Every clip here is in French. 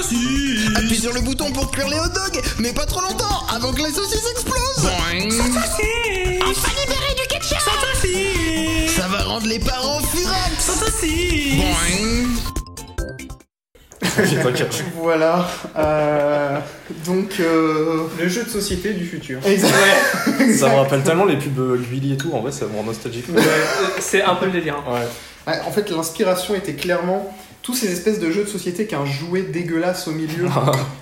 Saucisses Appuie sur le bouton pour cuire les hot dogs, mais pas trop longtemps, avant que les saucisses explosent Saucisses Enfin libéré du ketchup Saucisses Ça va rendre les parents furax Saucisses J'ai pas le ketchup. Voilà. euh, donc. euh, Le jeu de société du futur. exact- Ça me rappelle tellement les pubs euh, Guili et tout, en vrai, ça me rend nostalgique. Ouais, euh, c'est un peu le délire. hein. Ouais. Ouais, en fait, l'inspiration était clairement tous ces espèces de jeux de société qu'un jouet dégueulasse au milieu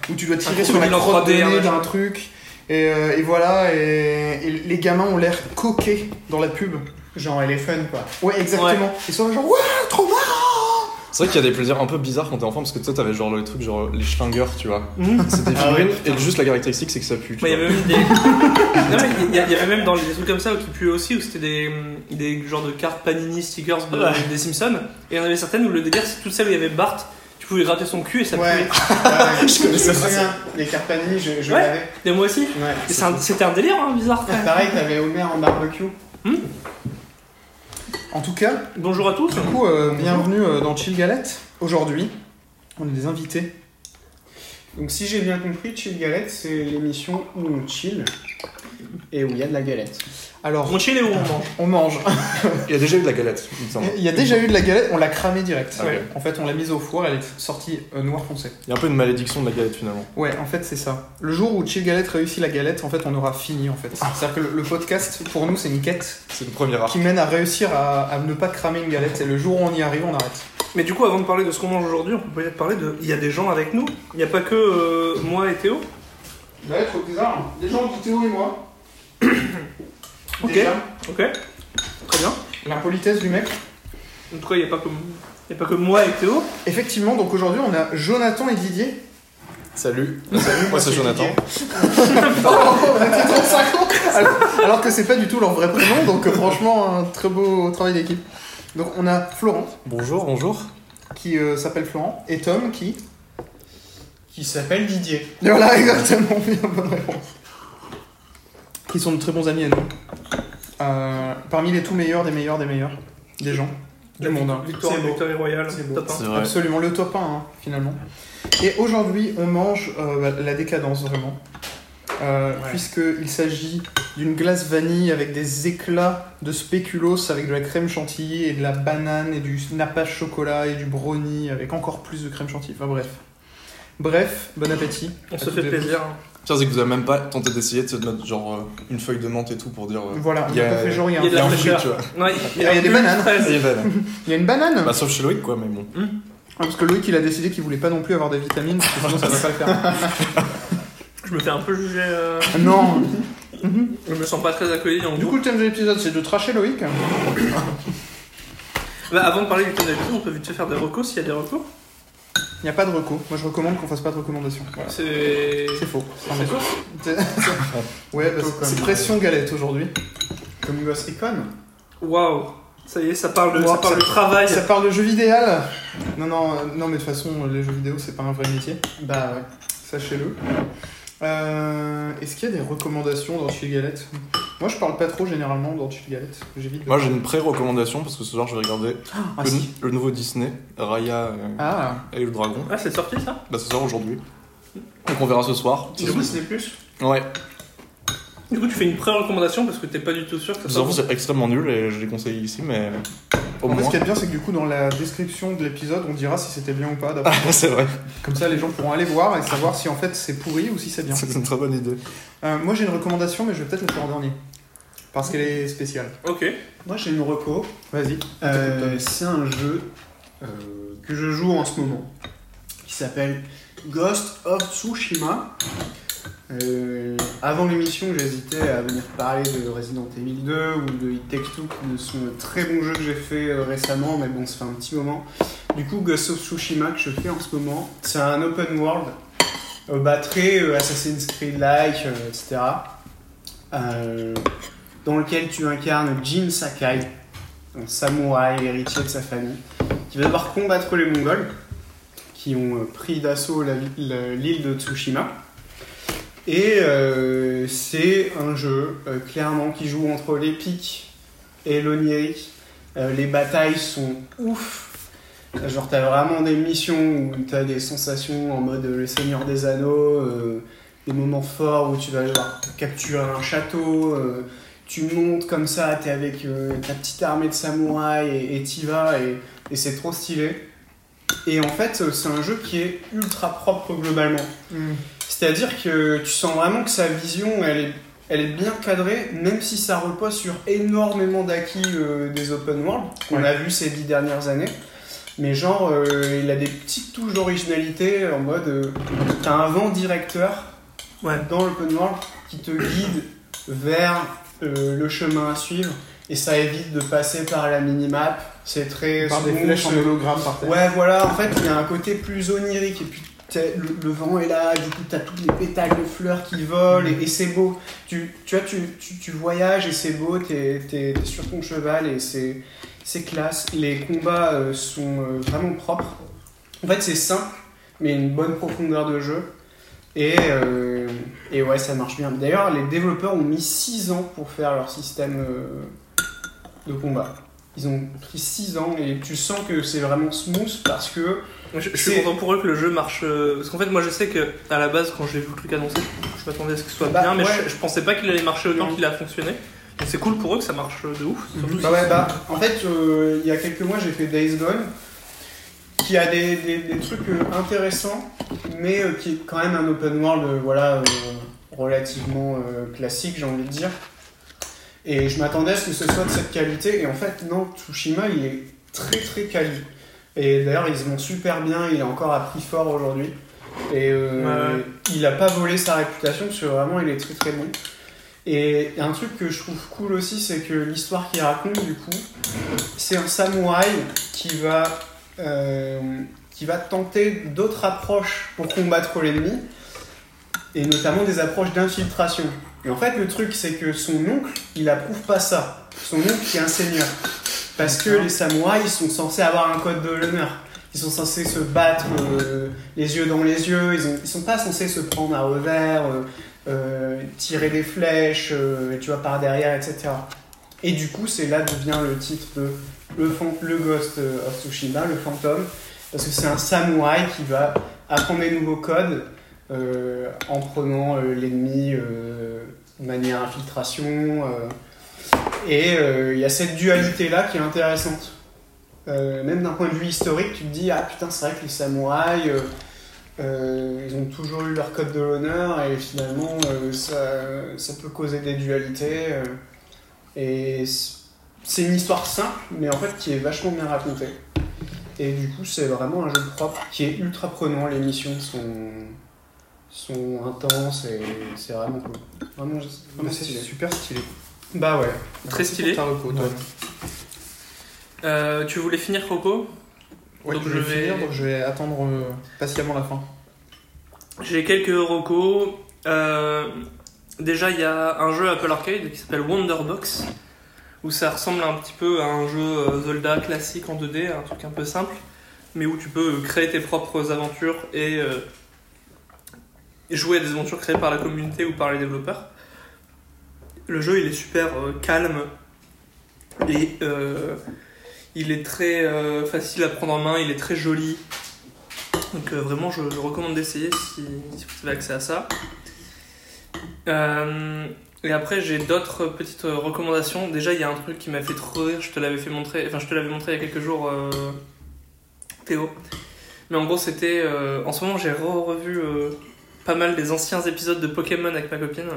où tu dois tirer Un sur la crocodile en crotte de 3D, nez hein, d'un truc. Et, euh, et voilà, et, et les gamins ont l'air coqués dans la pub. Genre, elle est fun, quoi. Ouais, exactement. Ils sont là genre, ouais, trop marrant C'est vrai qu'il y a des plaisirs un peu bizarres quand t'es enfant parce que tu sais, t'avais genre le truc, genre les schlingers, tu vois. C'était Ah figurine ouais, et juste la caractéristique c'est que ça pue. tu Moi, il y vois. avait même des. non, mais il y, a- il y avait même dans les- des trucs comme ça qui puaient aussi, où c'était des, des genres de cartes Panini, stickers de- Ouais. des Simpsons. Et il y en avait certaines où le délire, c'est toutes celles où il y avait Bart, tu pouvais gratter son cul et ça Ouais, puait. Ouais, je connaissais me pas souviens, les carpanis, je, je Ouais. l'avais. Et moi aussi. Ouais. Et c'est un- C'était un, délire, hein, bizarre. frère. Pareil, t'avais Homer en barbecue. Hmm en tout cas, Bonjour à tous. Du coup, euh, bienvenue euh, dans Chill Galette. Aujourd'hui, on est des invités. Donc si j'ai bien compris, Chill Galette, c'est l'émission où on chill et où il y a de la galette. Alors, On chill et où on mange. on mange. Il y a déjà eu de la galette, il me semble. Il y a déjà eu de la galette, on l'a cramée direct. Ah ouais. En fait, on l'a mise au four, elle est sortie euh, noir foncé. Il y a un peu une malédiction de la galette finalement. Ouais, en fait, c'est ça. Le jour où Chill Galette réussit la galette, en fait, on aura fini, en fait. Ah. C'est-à-dire que le, le podcast, pour nous, c'est une quête C'est une première art. qui mène à réussir à, à ne pas cramer une galette. Et le jour où on y arrive, on arrête. Mais du coup, avant de parler de ce qu'on mange aujourd'hui, on peut peut-être parler de. Il y a des gens avec nous. Il n'y a pas que euh, moi et Théo. Ouais, trop bizarre. Les gens du Théo et moi. Ok. Ok. Très bien. La politesse du mec. En tout cas, il n'y a, pas que- il y a pas que moi et Théo. Effectivement, donc aujourd'hui, on a Jonathan et Didier. Salut. moi c'est c'est Jonathan. alors, alors que c'est pas du tout leur vrai prénom, donc euh, franchement, un très beau travail d'équipe. Donc on a Florent, Bonjour, bonjour. qui euh, s'appelle Florent, et Tom, qui... Qui s'appelle Didier. Et Voilà, exactement, bien, bonne réponse. Qui sont de très bons amis à nous. Euh, parmi les tout meilleurs des meilleurs des meilleurs des gens du monde. hein. Victoire, C'est beau. Victoire et Royal. C'est beau. Top, hein. C'est vrai. Absolument, le top 1, hein, finalement. Et aujourd'hui, on mange euh, bah, la décadence, vraiment. Euh, Puisqu'il s'agit d'une glace vanille avec des éclats de spéculoos, avec de la crème chantilly et de la banane et du nappage chocolat et du brownie avec encore plus de crème chantilly. Enfin bref. Bref, bon appétit. On à se toutes fait et plaisir. Pire c'est que vous avez même pas tenté d'essayer de se mettre genre euh, une feuille de menthe et tout pour dire. tous. euh, Voilà, on Il y a- a pas fait genre, il y a un- hein. il y a de la un fruit, fraîcheur. tu vois. Ouais, Ah, Il y a des une bananes. hein. fraise. Il y a une vanne. Il y a une banane Bah sauf chez Loïc quoi, mais bon. Ah, Parce que Loïc, il a décidé qu'il voulait pas non plus avoir des vitamines, parce que sinon ça va pas le faire. Je me fais un peu juger. euh, non Je me sens pas très accueilli en Du coup, le thème de l'épisode, c'est de tracher Loïc. Bah, avant de parler du thème d'habitude, on peut vite fait faire des recos s'il y a des recos. Il n'y a pas de recours. Moi, je recommande qu'on fasse pas de recommandation. Voilà. C'est. C'est faux. C'est faux. C'est- ouais, bah, c'est- c'est pression galette aujourd'hui. Comme Ghost Recon. Waouh Ça y est, ça parle, de- Waouh, ça parle ça- de travail. Ça parle de jeux vidéo. Non, non, euh, non, mais de toute façon, les jeux vidéo, c'est pas un vrai métier. Bah ouais. Sachez-le. Euh, Est-ce qu'il y a des recommandations dans Chill Galette Moi, je parle pas trop généralement dans Chill Galette. J'évite. de- Moi j'ai une pré-recommandation parce que ce soir je vais regarder Ah, le, si. le nouveau Disney, Raya euh, Ah, et le dragon. Ah, c'est sorti ça Bah ce soir aujourd'hui. Donc on verra ce soir. Du coup, c'est plus. Ouais. Du coup, tu fais une pré-recommandation parce que t'es pas du tout sûr que ça Je vous avoue, sorte. c'est extrêmement nul et je les conseille ici, mais euh, au en fait, ce moins. qu'il y a de bien, c'est que du coup, dans la description de l'épisode, on dira si c'était bien ou pas. d'après- Ah, c'est vrai, Comme ça, les gens pourront aller voir et savoir si en fait c'est pourri ou si c'est bien. c'est une très bonne idée. Euh, moi, j'ai une recommandation, mais je vais peut-être la faire en dernier. Parce qu'elle est spéciale. Ok. Moi j'ai une reco. Vas-y. Euh, c'est un jeu euh, que je joue en ce moment qui s'appelle Ghost of Tsushima. Euh, avant l'émission, j'hésitais à venir parler de Resident Evil 2 ou de It Takes Two, qui sont de très bons jeux que j'ai fait euh, récemment, mais bon, ça fait un petit moment. Du coup, Ghost of Tsushima que je fais en ce moment, c'est un open world, euh, bah, très euh, Assassin's Creed-like, euh, etc. Euh, dans lequel tu incarnes Jin Sakai, un samouraï héritier de sa famille, qui va devoir combattre les Mongols, qui ont euh, pris d'assaut la- la- l'île de Tsushima. Et euh, c'est un jeu, euh, clairement, qui joue entre l'épique et l'onirique. Euh, les batailles sont ouf. Genre, t'as vraiment des missions où t'as des sensations en mode euh, le Seigneur des Anneaux, euh, des moments forts où tu vas genre, capturer un château, euh, tu montes comme ça, t'es avec euh, ta petite armée de samouraïs et- et t'y vas et, et c'est trop stylé. Et en fait, euh, c'est un jeu qui est ultra propre globalement. Mm. C'est-à-dire que tu sens vraiment que sa vision, elle est, elle est bien cadrée, même si ça repose sur énormément d'acquis euh, des open world qu'on a vu ces dix dernières années. Mais genre, euh, il a des petites touches d'originalité en mode, euh, t'as un vent directeur Ouais. dans l'open world qui te guide vers euh, le chemin à suivre et ça évite de passer par la minimap. C'est très Par des smooth, flèches en euh, hologramme par terre. Ouais, voilà, en fait, il y a un côté plus onirique. Et puis, t'as- le, le vent est là, du coup, t'as toutes les pétales de fleurs qui volent, et, et c'est beau. Tu, tu vois, tu, tu, tu voyages, et c'est beau, t'es t'es- t'es sur ton cheval, et c'est c'est classe. Les combats euh, sont euh, vraiment propres. En fait, c'est simple, mais une bonne profondeur de jeu. Et, euh, et ouais, ça marche bien. D'ailleurs, les développeurs ont mis 6 ans pour faire leur système euh, de combat. Ils ont pris 6 ans et tu sens que c'est vraiment smooth parce que. Moi, Je, je suis C'est- content pour eux que le jeu marche. euh, Parce qu'en fait, moi je sais que à la base, quand j'ai vu le truc annoncé, je m'attendais à ce qu'il soit Bah, bien, mais ouais. je, je pensais pas qu'il allait marcher autant Non. qu'il a fonctionné. Donc c'est cool pour eux que ça marche de ouf. surtout Bah si- ouais, bah, en fait, euh, il y a quelques mois, j'ai fait Days Gone qui a des, des- des trucs euh, intéressants, mais euh, qui est quand même un open world euh, voilà, euh, relativement euh, classique, j'ai envie de dire. Et je m'attendais à ce que ce soit de cette qualité, et en fait, non, Tsushima, il est très très quali. Et d'ailleurs, ils vont super bien, il est encore à prix fort aujourd'hui. Et euh, Ouais, ouais. il a pas volé sa réputation, parce que vraiment, il est très très bon. Et un truc que je trouve cool aussi, c'est que l'histoire qu'il raconte, du coup, c'est un samouraï qui va, euh, qui va tenter d'autres approches pour combattre l'ennemi, et notamment des approches d'infiltration. Et en fait, le truc, c'est que son oncle, il approuve pas ça. Son oncle, qui est un seigneur. Parce que les samouraïs, ils sont censés avoir un code de l'honneur. Ils sont censés se battre euh, les yeux dans les yeux, ils, ont- ils sont pas censés se prendre à revers. euh, euh, tirer des flèches, euh, tu vois, par derrière, etc. Et du coup, c'est là d'où vient le titre de le, fan- le Ghost euh, of Tsushima, le fantôme, parce que c'est un samouraï qui va apprendre des nouveaux codes euh, en prenant euh, l'ennemi euh, de manière infiltration. euh, et euh, il y a cette dualité-là qui est intéressante. Euh, même d'un point de vue historique, tu te dis, ah putain, c'est vrai que les samouraïs, euh, euh, ils ont toujours eu leur code de l'honneur et finalement euh, ça, ça peut causer des dualités. euh, et c- c'est une histoire simple mais en fait qui est vachement bien racontée. Et du coup c'est vraiment un jeu propre qui est ultra prenant, les missions sont, sont intenses et c'est vraiment cool. Vraiment, Bah, vraiment c'est stylé. super stylé. Bah ouais. Très stylé. T'as repos, toi. Ouais. Euh, tu voulais finir Coco Ouais, Donc tu je veux vais- finir, donc je vais attendre euh, patiemment la fin. J'ai quelques recos. Euh, déjà, il y a un jeu Apple Arcade qui s'appelle Wonderbox, où ça ressemble un petit peu à un jeu euh, Zelda classique en 2D, un truc un peu simple, mais où tu peux euh, créer tes propres aventures et euh, jouer à des aventures créées par la communauté ou par les développeurs. Le jeu, il est super euh, calme et euh, il est très euh, facile à prendre en main, il est très joli. Donc euh, vraiment, je, je recommande d'essayer si, si vous avez accès à ça. Euh, et après, j'ai d'autres petites euh, recommandations. Déjà, il y a un truc qui m'a fait trop rire. Je te l'avais fait montrer. Enfin, je te l'avais montré il y a quelques jours, euh, Théo. Mais en gros, c'était. euh, en ce moment, j'ai re- revu euh, pas mal des anciens épisodes de Pokémon avec ma copine.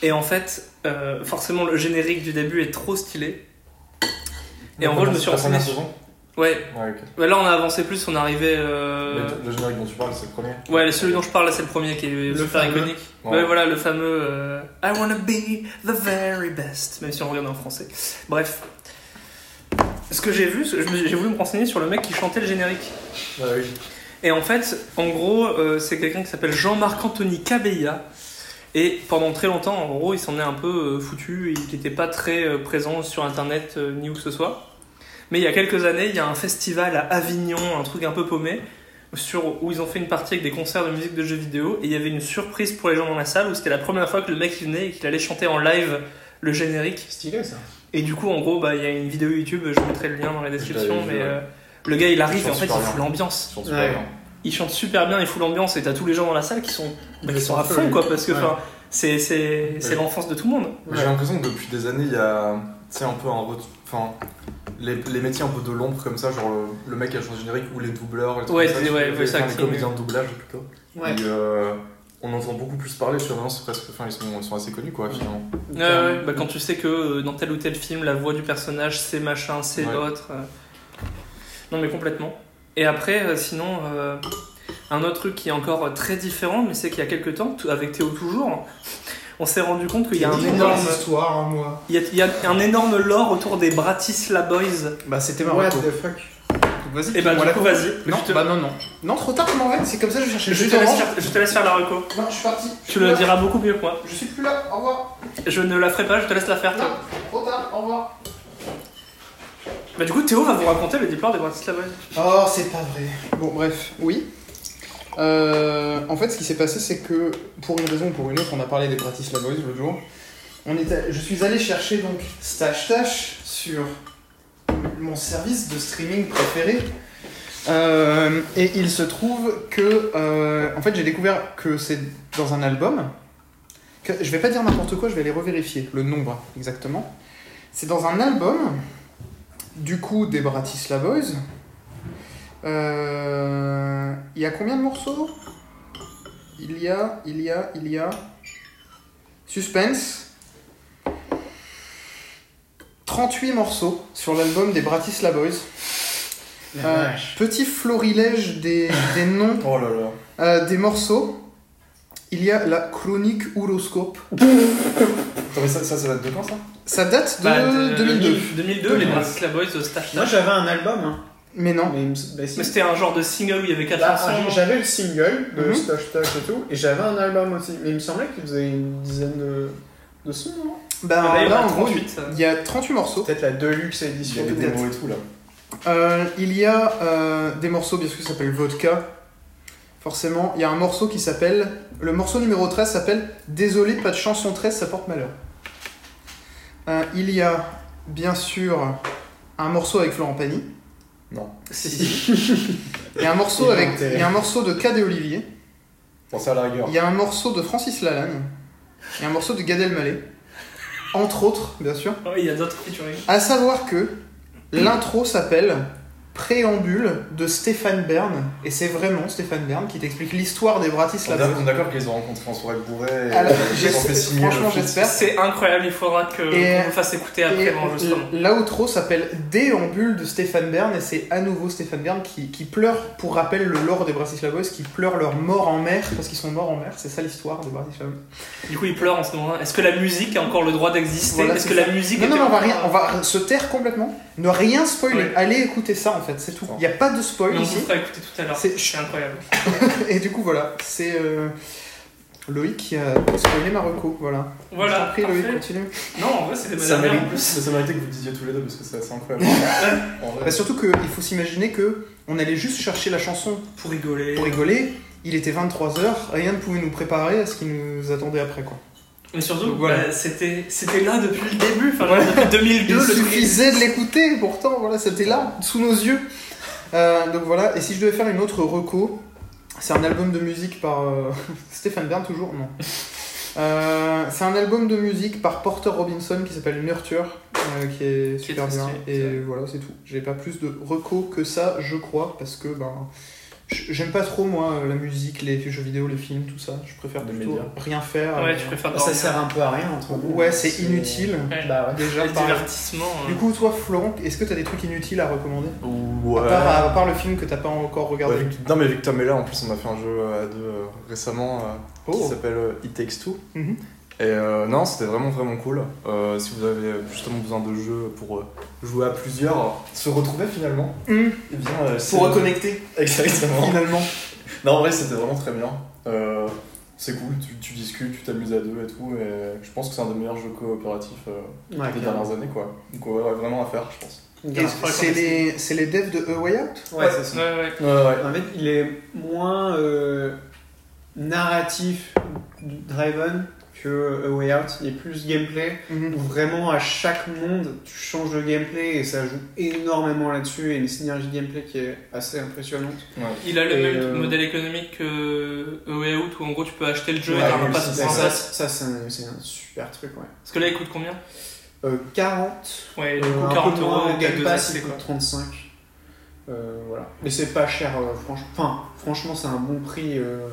Et en fait, euh, forcément, le générique du début est trop stylé. Et en gros, je me suis La première renseigné. sur- saison Ouais, Ouais, ok. bah là on a avancé plus, on est arrivé. euh, Mais Le générique dont tu parles, c'est le premier. Ouais, le- celui dont je parle là, c'est le premier qui est Le super fameux. iconique. Ouais. Ouais. voilà, le fameux euh, I wanna be the very best, même si on regarde en français. Bref. Ce que j'ai vu, ce- je me- j'ai voulu me renseigner sur le mec qui chantait le générique. Ouais, oui. Et en fait, en gros, euh, c'est quelqu'un qui s'appelle Jean-Marc-Anthony Cabella. Et pendant très longtemps, en gros, il s'en est un peu euh, foutu. Il n'était pas très euh, présent sur Internet euh, ni où que ce soit. Mais il y a quelques années, il y a un festival à Avignon, un truc un peu paumé, sur, où ils ont fait une partie avec des concerts de musique de jeux vidéo. Et il y avait une surprise pour les gens dans la salle où c'était la première fois que le mec il venait et qu'il allait chanter en live le générique. Stylé ça. Et du coup, en gros, bah, il y a une vidéo YouTube, je vous mettrai le lien dans la description, l'avais vu, mais ouais. euh, Le gars, il arrive Ils et sont en fait, il super fout bien. l'ambiance. Sur Ouais. Superman. Il chante super bien, il fout l'ambiance et t'as tous les gens dans la salle qui sont, bah, qui Ils sont sont à feu, fond, quoi, parce que ouais. enfin, c'est- c'est c'est Ouais. l'enfance de tout le monde. Mais J'ai l'impression que depuis des années, il y a, tu sais, un peu un ret- Enfin, les, les métiers un peu de l'ombre comme ça, genre le, le mec qui a changé générique ou les doubleurs. les trucs Ouais, comme ça, c'est- tu- ouais, les- voice enfin, les acting, comédiens de doublage plutôt. Ouais. Et, euh, on entend beaucoup plus parler sur Valence, presque. Enfin, ils sont, ils sont assez connus, quoi, finalement. Ouais, ouais, bah, quand tu sais que euh, dans tel ou tel film, la voix du personnage, c'est machin, c'est Ouais. l'autre. euh. Non, mais complètement. Et après, euh, sinon, euh, un autre truc qui est encore euh, très différent, mais c'est qu'il y a quelques temps, tout- avec Théo toujours, on s'est rendu compte qu'il y a un énorme, hein, histoire en moi. il y a, il y a un énorme lore autour des Bratislava Boys. Bah, c'était ma What reco. the fuck Donc, Vas-y, Et bah, moi, du la coup, reco. vas-y. Non, je te, bah, non, non. Non, trop tard, mais en fait, c'est comme ça, je cherchais je juste te laisse orange. faire, je te laisse faire la reco. Non, je suis parti. Je Tu suis le là. diras beaucoup mieux que moi. Je suis plus là, au revoir. Je ne la ferai pas, je te laisse la faire. Théo. Non, trop tard, au revoir. Bah, du coup, Théo va vous raconter le départ des Bratislava Boys. Oh, c'est pas vrai. Bon, bref, oui. Euh, en fait, ce qui s'est passé, c'est que pour une raison ou pour une autre, on a parlé des Bratislava Boys l'autre jour. On est à- Je suis allé chercher donc Stash Stash sur mon service de streaming préféré. Euh, et il se trouve que, euh, en fait, j'ai découvert que c'est dans un album. Que, je vais pas dire n'importe quoi, je vais aller revérifier le nombre exactement. C'est dans un album, du coup, des Bratislava Boys. Euh, Il y a combien de morceaux Il y a, il y a, il y a. Suspense. 38 morceaux sur l'album des Bratislava Boys. La Euh, vache. petit florilège des, des noms Oh là là. euh, des morceaux. Il y a la chronique horoscope. Attends, mais ça, ça, ça date de quand, ça Ça date de Bah, de- 2002. 2002, les Bratislava Boys au Stash Moi j'avais un album. hein. Mais non. Mais il me s- bah, si. Mais c'était un genre de single où il y avait quatre Bah, chansons. j'avais le single de Mhm. Stosh Tosh et tout, et j'avais un album aussi. Mais il me semblait qu'il faisait une dizaine de, de sons, non Bah, Ah, bah, il y en a là, en gros, 38, ça. il y a 38 morceaux. Peut-être la Deluxe Il y a édition. des peut-être. démos et tout, là. Euh, il y a euh, des morceaux, bien sûr, qui s'appellent Vodka. Forcément, il y a un morceau qui s'appelle. Le morceau numéro 13 s'appelle Désolé, pas de chanson 13, ça porte malheur. Euh, il y a, bien sûr, un morceau avec Florent Pagny. Si, si. Il y a un morceau, Il avec, manquait. il y a un morceau de Cad et Olivier. Bon, ça à la rigueur. Il y a un morceau de Francis Lalanne. Il y a un morceau de Gad Elmaleh. Entre autres, bien sûr. Ouais, Il y a d'autres featuring. À savoir que l'intro s'appelle Préambule de Stéphane Bern. Et c'est vraiment Stéphane Bern qui t'explique l'histoire des On est Bratislava. on est d'accord qu'ils ont rencontré en soirée bourrée. et Alors, ils ont j'espère- fait signer le euh, franchement, film. j'espère. C'est incroyable, il faudra que Et- qu'on vous fasse écouter Et après l'enregistrement. l'outro s'appelle Déambule de Stéphane Bern. Et c'est à nouveau Stéphane Bern qui, qui pleure, pour rappel, le lore des Bratislava Boys, qui pleure leur mort en mer parce qu'ils sont morts en mer. C'est ça l'histoire des Bratislava Boys. Du coup, il pleure en ce moment. Est-ce que la musique a encore le droit d'exister Voilà, Est-ce c'est que ça. la musique Non, non, était non, on va, encore- rien, on va se taire complètement. Ne rien spoiler. Ouais. Allez écouter ça en fait, c'est tout. Il n'y a pas de spoil Mais euh, on ici. vous fera écouter tout à l'heure. C'est- C'est incroyable. Et du coup, voilà, c'est euh, Loïc qui a spoilé ma reco, voilà. Voilà, Je t'en prie, Loïc, parfait. continue. Non, en vrai, c'était ma Ça dernière. mérite- ça méritait que vous le disiez tous les deux parce que c'est assez incroyable. En vrai. Bah, surtout qu'il faut s'imaginer que on allait juste chercher la chanson Pour rigoler. pour rigoler. Il était 23h, rien ne pouvait nous préparer à ce qui nous attendait après, quoi. Mais surtout, Voilà. bah, c'était c'était là depuis le début. Enfin, genre, depuis 2002, Il le truc est- suffisait de l'écouter, pourtant, voilà, c'était là, sous nos yeux. Euh, donc voilà, et si je devais faire une autre reco, c'est un album de musique par euh, Stéphane Bern, toujours Non. Euh, c'est un album de musique par Porter Robinson qui s'appelle Nurture, euh, qui Qui est est super très bien. stylé, c'est Et voilà, c'est tout. J'ai pas plus de reco que ça, je crois, parce que ben, j- j'aime pas trop moi la musique, les jeux vidéo, les films, tout ça. Je préfère Les plutôt médias. rien faire. Ouais, Euh, tu préfères Ah, Ça dormir. sert un peu à rien entre nous. ouais, c'est inutile. Ouais. Bah ouais. Déjà, Le par- divertissement. du hein. coup, toi, Florent, est-ce que t'as des trucs inutiles à recommander Ouais. à, part, à part le film que t'as pas encore regardé. Ouais, Vic- Non, mais Victor Mella, en plus, on a fait un jeu à deux euh, récemment. euh, qui Oh. s'appelle euh, It Takes Two. Mhm. Et euh, non, c'était vraiment vraiment cool. Euh, si vous avez justement besoin de jeux pour euh, jouer à plusieurs, euh, se retrouver finalement, Mmh. eh bien, euh, c'est- Pour reconnecter, Exactement. finalement. non, en vrai, c'était vraiment très bien. Euh, c'est cool, tu, tu discutes, tu t'amuses à deux et tout. Et je pense que c'est un des meilleurs jeux coopératifs euh, Ouais, des dernières années, quoi. Donc, ouais, ouais, vraiment à faire, je pense. Et Grave. C'est les, c'est les devs de A Way Out Ouais, c'est ça. Ouais, ouais. Ouais, ouais. En fait, il est moins euh, narratif driven que A Way Out, il y a plus de gameplay, Hum. où vraiment à chaque monde, tu changes de gameplay et ça joue énormément là-dessus, et une synergie de gameplay qui est assez impressionnante. Il a le Et, même euh, modèle économique que A Way Out où en gros tu peux acheter le jeu Ouais, et t'as un oui, pass c'est- sans ça, pass. ça, c'est un, c'est un super truc, ouais. Parce que là il coûte combien Euh, 40 Ouais, du Euh, coup, un 40 peu euros, moins, t'as Game deux Pass, accès, il quoi. coûte 35. Euh, voilà. Mais c'est pas cher, euh, franch- enfin, franchement, c'est un bon prix euh,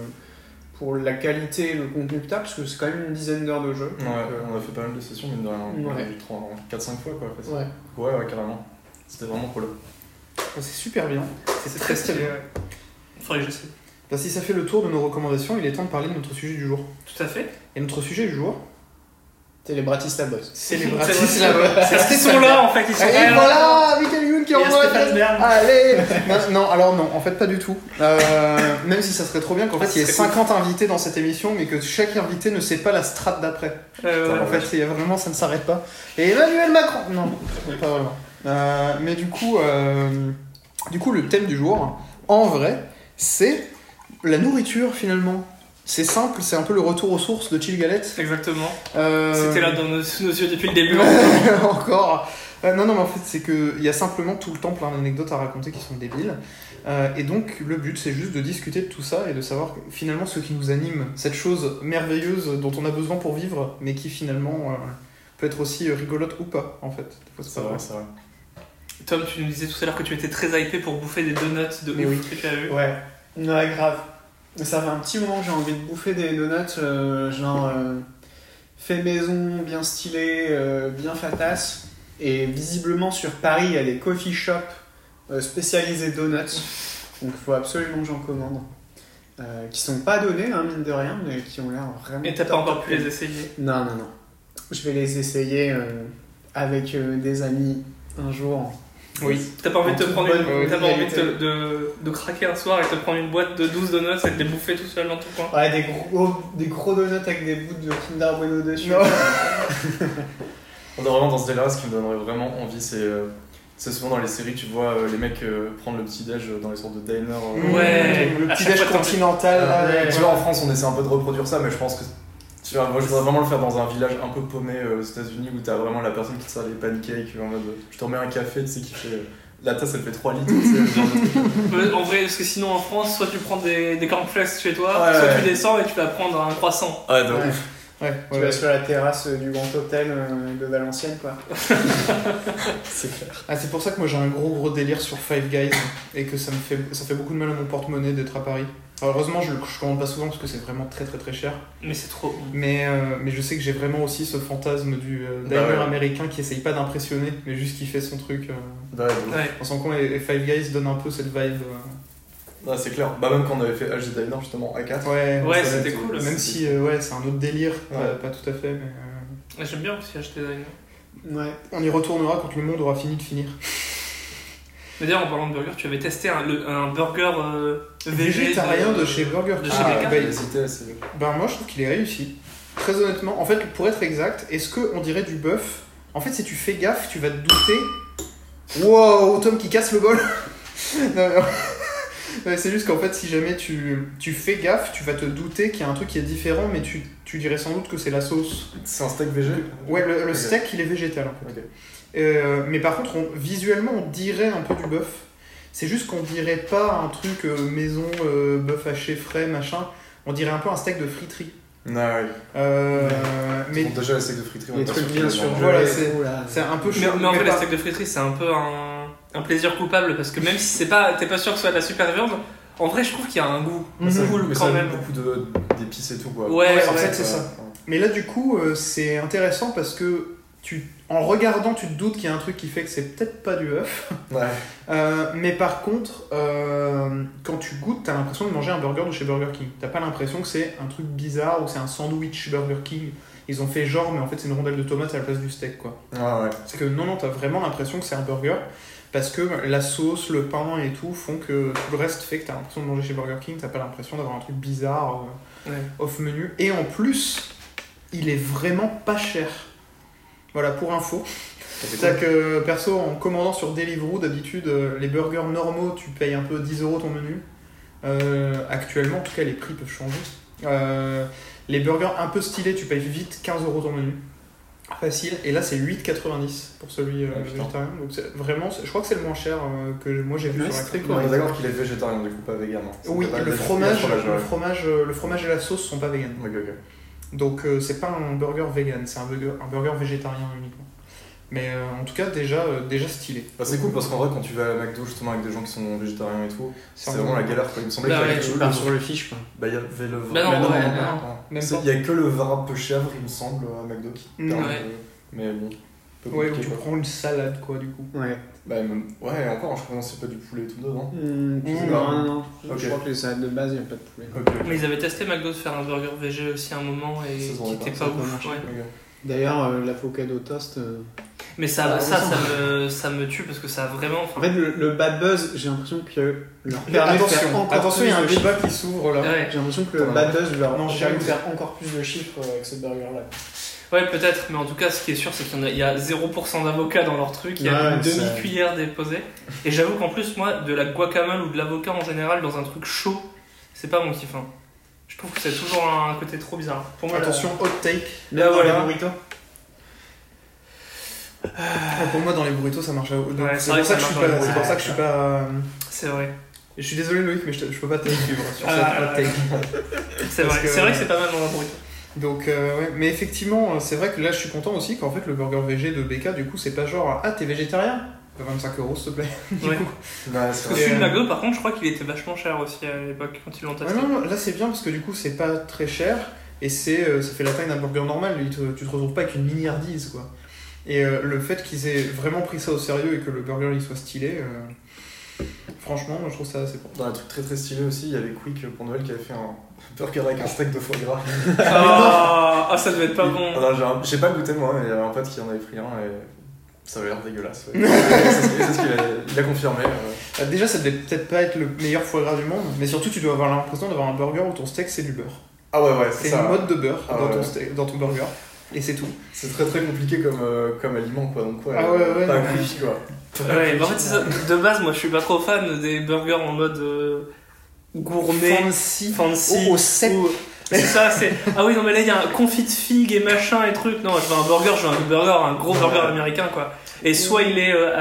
pour la qualité et le contenu que t'as, parce que c'est quand même une dizaine d'heures de jeu. Ouais, donc, euh, on a fait pas mal de sessions, mine de rien. On a Ouais. vu 4-5 fois, quoi. facile. ouais. Ouais, ouais, carrément. C'était vraiment cool. C'est super bien. C'est C'est très très stylé. stylé. ouais. Faudrait que j'essaie. Bah, si ça fait le tour de nos recommandations, il est temps de parler de notre sujet du jour. Tout à fait. Et notre sujet du jour, T'es les Bratista Boys. c'est les Bratislava. Bratislava. C'est ce qu'ils sont là en fait, ils sont Et là. Eh, voilà, Michael Youn qui Eh, Et envoie la Stéphane pièce. Bern. Allez non, non, alors non, en fait pas du tout. Euh, même si ça serait trop bien qu'en fait il y ait Ah, Ce serait 50 invités dans cette émission, mais que chaque invité ne sait pas la strate d'après. Euh, ouais. en fait, il y a vraiment, ça ne s'arrête pas. Et Emmanuel Macron Non, pas vraiment. Euh, mais du coup, euh, du coup, le thème du jour, en vrai, c'est la nourriture finalement. C'est simple, c'est un peu le retour aux sources de Chill Galette. Exactement. Euh, C'était là dans nos, sous nos yeux depuis le début. Encore. Euh, non, non, mais en fait, c'est qu'il y a simplement tout le temps plein d'anecdotes à raconter qui sont débiles. Euh, et donc, le but, c'est juste de discuter de tout ça et de savoir que, finalement ce qui nous anime, cette chose merveilleuse dont on a besoin pour vivre, mais qui finalement euh, peut être aussi euh, rigolote ou pas, en fait. Des fois, c'est C'est pas vrai, vrai. c'est vrai. Tom, tu nous disais tout à l'heure que tu étais très hypé pour bouffer des donuts de Mais ouf que tu as vu. Ouais, ouais, grave. Mais ça fait un petit moment que j'ai envie de bouffer des donuts, euh, genre euh, fait maison, bien stylé, euh, bien fatasse. Et visiblement sur Paris, il y a des coffee shops euh, spécialisés donuts. Donc il faut absolument que j'en commande. Euh, qui sont pas donnés, hein, mine de rien, mais qui ont l'air vraiment. Et t'as pas top, encore top. pu les essayer. Non, non, non. Je vais les essayer euh, avec euh, des amis un jour. Oui. T'as pas envie de te En toute prendre une- bonne t'as pas envie de, réalité. te- de, de craquer un soir et te prendre une boîte de 12 donuts et de les bouffer tout seul dans ton coin. Ouais, des gros, des gros donuts avec des bouts de Kinder Bueno dessus. Non. On est vraiment dans ce délire, ce qui me donnerait vraiment envie, c'est. euh, c'est souvent dans les séries, tu vois euh, les mecs euh, prendre le petit-déj euh, dans les sortes de diners. euh, Ouais. Mmh, le À petit chaque déj fois, t'en- continental. là, Ouais. ouais. Tu vois, en France, on essaie un peu de reproduire ça, mais je pense que. Tu vois, moi, je voudrais vraiment le faire dans un village un peu paumé euh, aux États-Unis où t'as vraiment la personne qui te sert les pancakes en mode euh, je te remets un café, tu sais, qui fait. euh, La tasse, elle fait 3 litres, tu sais, genre de truc. Ouais, En vrai, parce que sinon en France, soit tu prends des, des cornflakes chez toi, Ouais, soit ouais. tu descends et tu vas prendre un croissant. Ouais, de Ouais. ouf. Ouais, Tu ouais, vas ouais. sur la terrasse euh, du Grand Hôtel euh, de Valenciennes, quoi. C'est clair. Ah, c'est pour ça que moi j'ai un gros gros délire sur Five Guys et que ça me fait, ça fait beaucoup de mal à mon porte-monnaie d'être à Paris. Alors, heureusement, je le je commande pas souvent parce que c'est vraiment très très très cher. Mais c'est trop bon. Mais, euh, mais je sais que j'ai vraiment aussi ce fantasme du euh, Bah diner ouais. américain qui essaye pas d'impressionner, mais juste qui fait son truc. euh. Bah, ouais, de ouf. Ouais. On sent qu'on les les Five Guys donne un peu cette vibe. euh. Ah, c'est clair. Bah, même quand on avait fait HG Diner justement à 4. Ouais, Ouais, ça- c'était cool. Même si euh, ouais, c'est un autre délire, Ouais. pas, pas tout à fait, mais. euh, Ouais, J'aime bien aussi acheter des diners. Ouais. On y retournera quand le monde aura fini de finir. Mais d'ailleurs, en parlant de burger, tu avais testé un, le- un burger euh, végé. Végétarien de chez Burger de King. chez Ah, Beka. bah, les cités, c'est. Ben moi je trouve qu'il est réussi. Très honnêtement, en fait pour être exact, est-ce que on dirait du bœuf En fait si tu fais gaffe, tu vas te douter. Wow, Tom qui casse le bol. Non, mais- Ouais, c'est juste qu'en fait si jamais tu, tu fais gaffe, tu vas te douter qu'il y a un truc qui est différent, mais tu, tu dirais sans doute que c'est la sauce. C'est un steak végé Ouais, le, le Ok. steak il est végétal. en fait. Ok. Euh, mais par contre, on- visuellement on dirait un peu du bœuf. C'est juste qu'on dirait pas un truc euh, maison euh, bœuf haché frais machin. On dirait un peu un steak de friterie. Non, ouais. Euh, Mais... mais déjà les steaks de friterie, on Les est pas trucs sûr bien qu'ils les mangent. surgelés. Voilà, et c'est- tout, là. c'est un peu Mais, chaud. mais en fait, pas- les steaks de friterie, c'est un peu un, un plaisir coupable parce que même si c'est pas, t'es pas sûr que ce soit de la super viande, en vrai, je trouve qu'il y a un goût Mhm. Ça- cool mais quand ça a même. beaucoup de- d'épices et tout, quoi. Ouais, Ouais, en ouais. fait, c'est ça. Mais là, du coup, euh, c'est intéressant parce que tu, en regardant, tu te doutes qu'il y a un truc qui fait que c'est peut-être pas du œuf. Ouais. Euh, mais par contre, euh, quand tu goûtes, t'as l'impression de manger un burger de chez Burger King. T'as pas l'impression que c'est un truc bizarre ou c'est un sandwich Burger King. Ils ont fait genre, mais en fait, c'est une rondelle de tomate à la place du steak, quoi. Ah ouais. C'est que non, non, t'as vraiment l'impression que c'est un burger parce que la sauce, le pain et tout font que tout le reste fait que t'as l'impression de manger chez Burger King, t'as pas l'impression d'avoir un truc bizarre euh, Ouais. off-menu. Et en plus, il est vraiment pas cher. Voilà, pour info. C'est-à-dire que, perso, en commandant sur Deliveroo, d'habitude, euh, les burgers normaux, tu payes un peu 10 euros ton menu. Euh, actuellement, en tout cas, les prix peuvent changer. Euh, Les burgers un peu stylés, tu payes vite 15 euros ton menu. Facile. Et là, c'est 8,90 pour celui euh, Ah, putain. végétarien. Donc, c'est vraiment, c'est- je crois que c'est le moins cher euh, que moi j'ai vu Ouais, sur la c'est très critique. On est d'accord qu'il est végétarien, du coup, pas vegan. hein. C'est Oui, pas- le il y a fromage, du le, ouais. fromage, euh, le fromage et la sauce sont pas vegan. Ok, ok. Donc euh, c'est pas un burger vegan, c'est un burger, un burger végétarien uniquement. Mais euh, en tout cas déjà, euh, déjà stylé. Bah, c'est cool parce qu'en vrai, quand tu vas à McDo justement avec des gens qui sont végétariens et tout, c'est un- vraiment la galère. quoi. Il me semblait Bah qu'il y ouais, avait tu que pars le- sur le fiche, quoi. Bah, il y avait le vin. Bah non, Bah ouais, non, non. non. Même C'est- pas. Il y a que le vin un peu chèvre, il me semble, à McDo qui Mm. permet Ouais. de- Mais bon. peu Ouais, où compliqué, tu quoi. prends une salade quoi du coup. Ouais. Bah, même- ouais, encore, je crois que c'est pas du poulet et tout dedans. Mm, non, non, non. Ok. Je crois que les salades de base, il n'y a pas de poulet. Ok. Mais ils avaient testé McDo de faire un burger végé aussi à un moment et Ça se qui vendait était pas, pas ça ouf. marche. ouais. Ok. D'ailleurs, euh, l'avocado toast. euh, Mais ça, Ah, ça, oui. ça me, ça me tue parce que ça a vraiment. enfin, En fait, le, le bad buzz, j'ai l'impression que leur Mais permet de faire attention, encore attention, il y a un plus de débat qui s'ouvre là. ouais. chiffres. J'ai l'impression que le Ouais. bad buzz leur Non, j'ai permet de jamais- faire encore plus de chiffres euh, avec ce burger-là. Ouais, peut-être, mais en tout cas, ce qui est sûr, c'est qu'il y en a, il y a 0% d'avocat dans leur truc, il y a Ouais, une c'est- demi-cuillère déposée. Et j'avoue qu'en plus, moi, de la guacamole ou de l'avocat en général, dans un truc chaud, c'est pas mon kiff. hein. Je trouve que c'est toujours un côté trop bizarre. Pour moi, Attention, hot take. Là, voilà. Ah, pour moi dans les burritos ça marche. à- donc, Ouais, c'est c'est vrai pour que ça ça que je marche suis dans pas. les C'est pour ça que je suis pas. euh, c'est vrai. Je suis désolé Loïc, mais je, te- je peux pas te suivre sur cette Ah. hot take. C'est Parce vrai. que- euh, C'est vrai que c'est pas mal dans un burrito. Donc, euh, ouais. mais effectivement, euh, c'est vrai que là, je suis content aussi qu'en fait, le burger VG de BK, du coup, c'est pas genre Ah, t'es végétarien Bah, 25 euros, s'il te plaît. Du Ouais. coup. Bah, c'est Et, vrai. Celui de euh, McDo, par contre, je crois qu'il était vachement cher aussi à l'époque quand ils l'ont Ouais, testé. non, non, là, c'est bien parce que du coup, c'est pas très cher et c'est, euh, ça fait la taille d'un burger normal. Il te- tu te retrouves pas avec une milliardise, quoi. Et euh, le fait qu'ils aient vraiment pris ça au sérieux et que le burger il soit stylé, euh, franchement, moi, je trouve ça assez propre. Dans un truc très très stylé aussi, il y avait Quick pour Noël qui avait fait un burger avec un steak de foie gras. Ah, ah, ça devait être pas bon. Ah non, j'ai un- J'ai pas goûté moi, mais il y avait un pote qui en avait pris un et ça avait l'air dégueulasse. ouais. c'est ce qu'il- c'est ce qu'il a, il a confirmé. euh. ouais. Bah, déjà, ça devait peut-être pas être le meilleur foie gras du monde, mais surtout, tu dois avoir l'impression d'avoir un burger où ton steak c'est du beurre. Ah ouais, ouais, C'est c'est ça. une mode de beurre Ah dans, ouais. ton steak- dans ton burger. Et c'est tout. C'est très très compliqué comme, euh, comme aliment quoi. Donc, ouais, Ah ouais, ouais, pas non, mais- Quick quoi. Ouais, bah, en fait, c'est ça. De base, moi, je suis pas trop fan des burgers en mode euh, gourmet. Fancy. fancy. Au- au sec. Ou- C'est ça, c'est. Ah oui, non, mais là, il y a un confit de figues et machin et truc. Non, je veux un burger, je veux un burger, un gros burger américain, quoi. Et soit il est euh,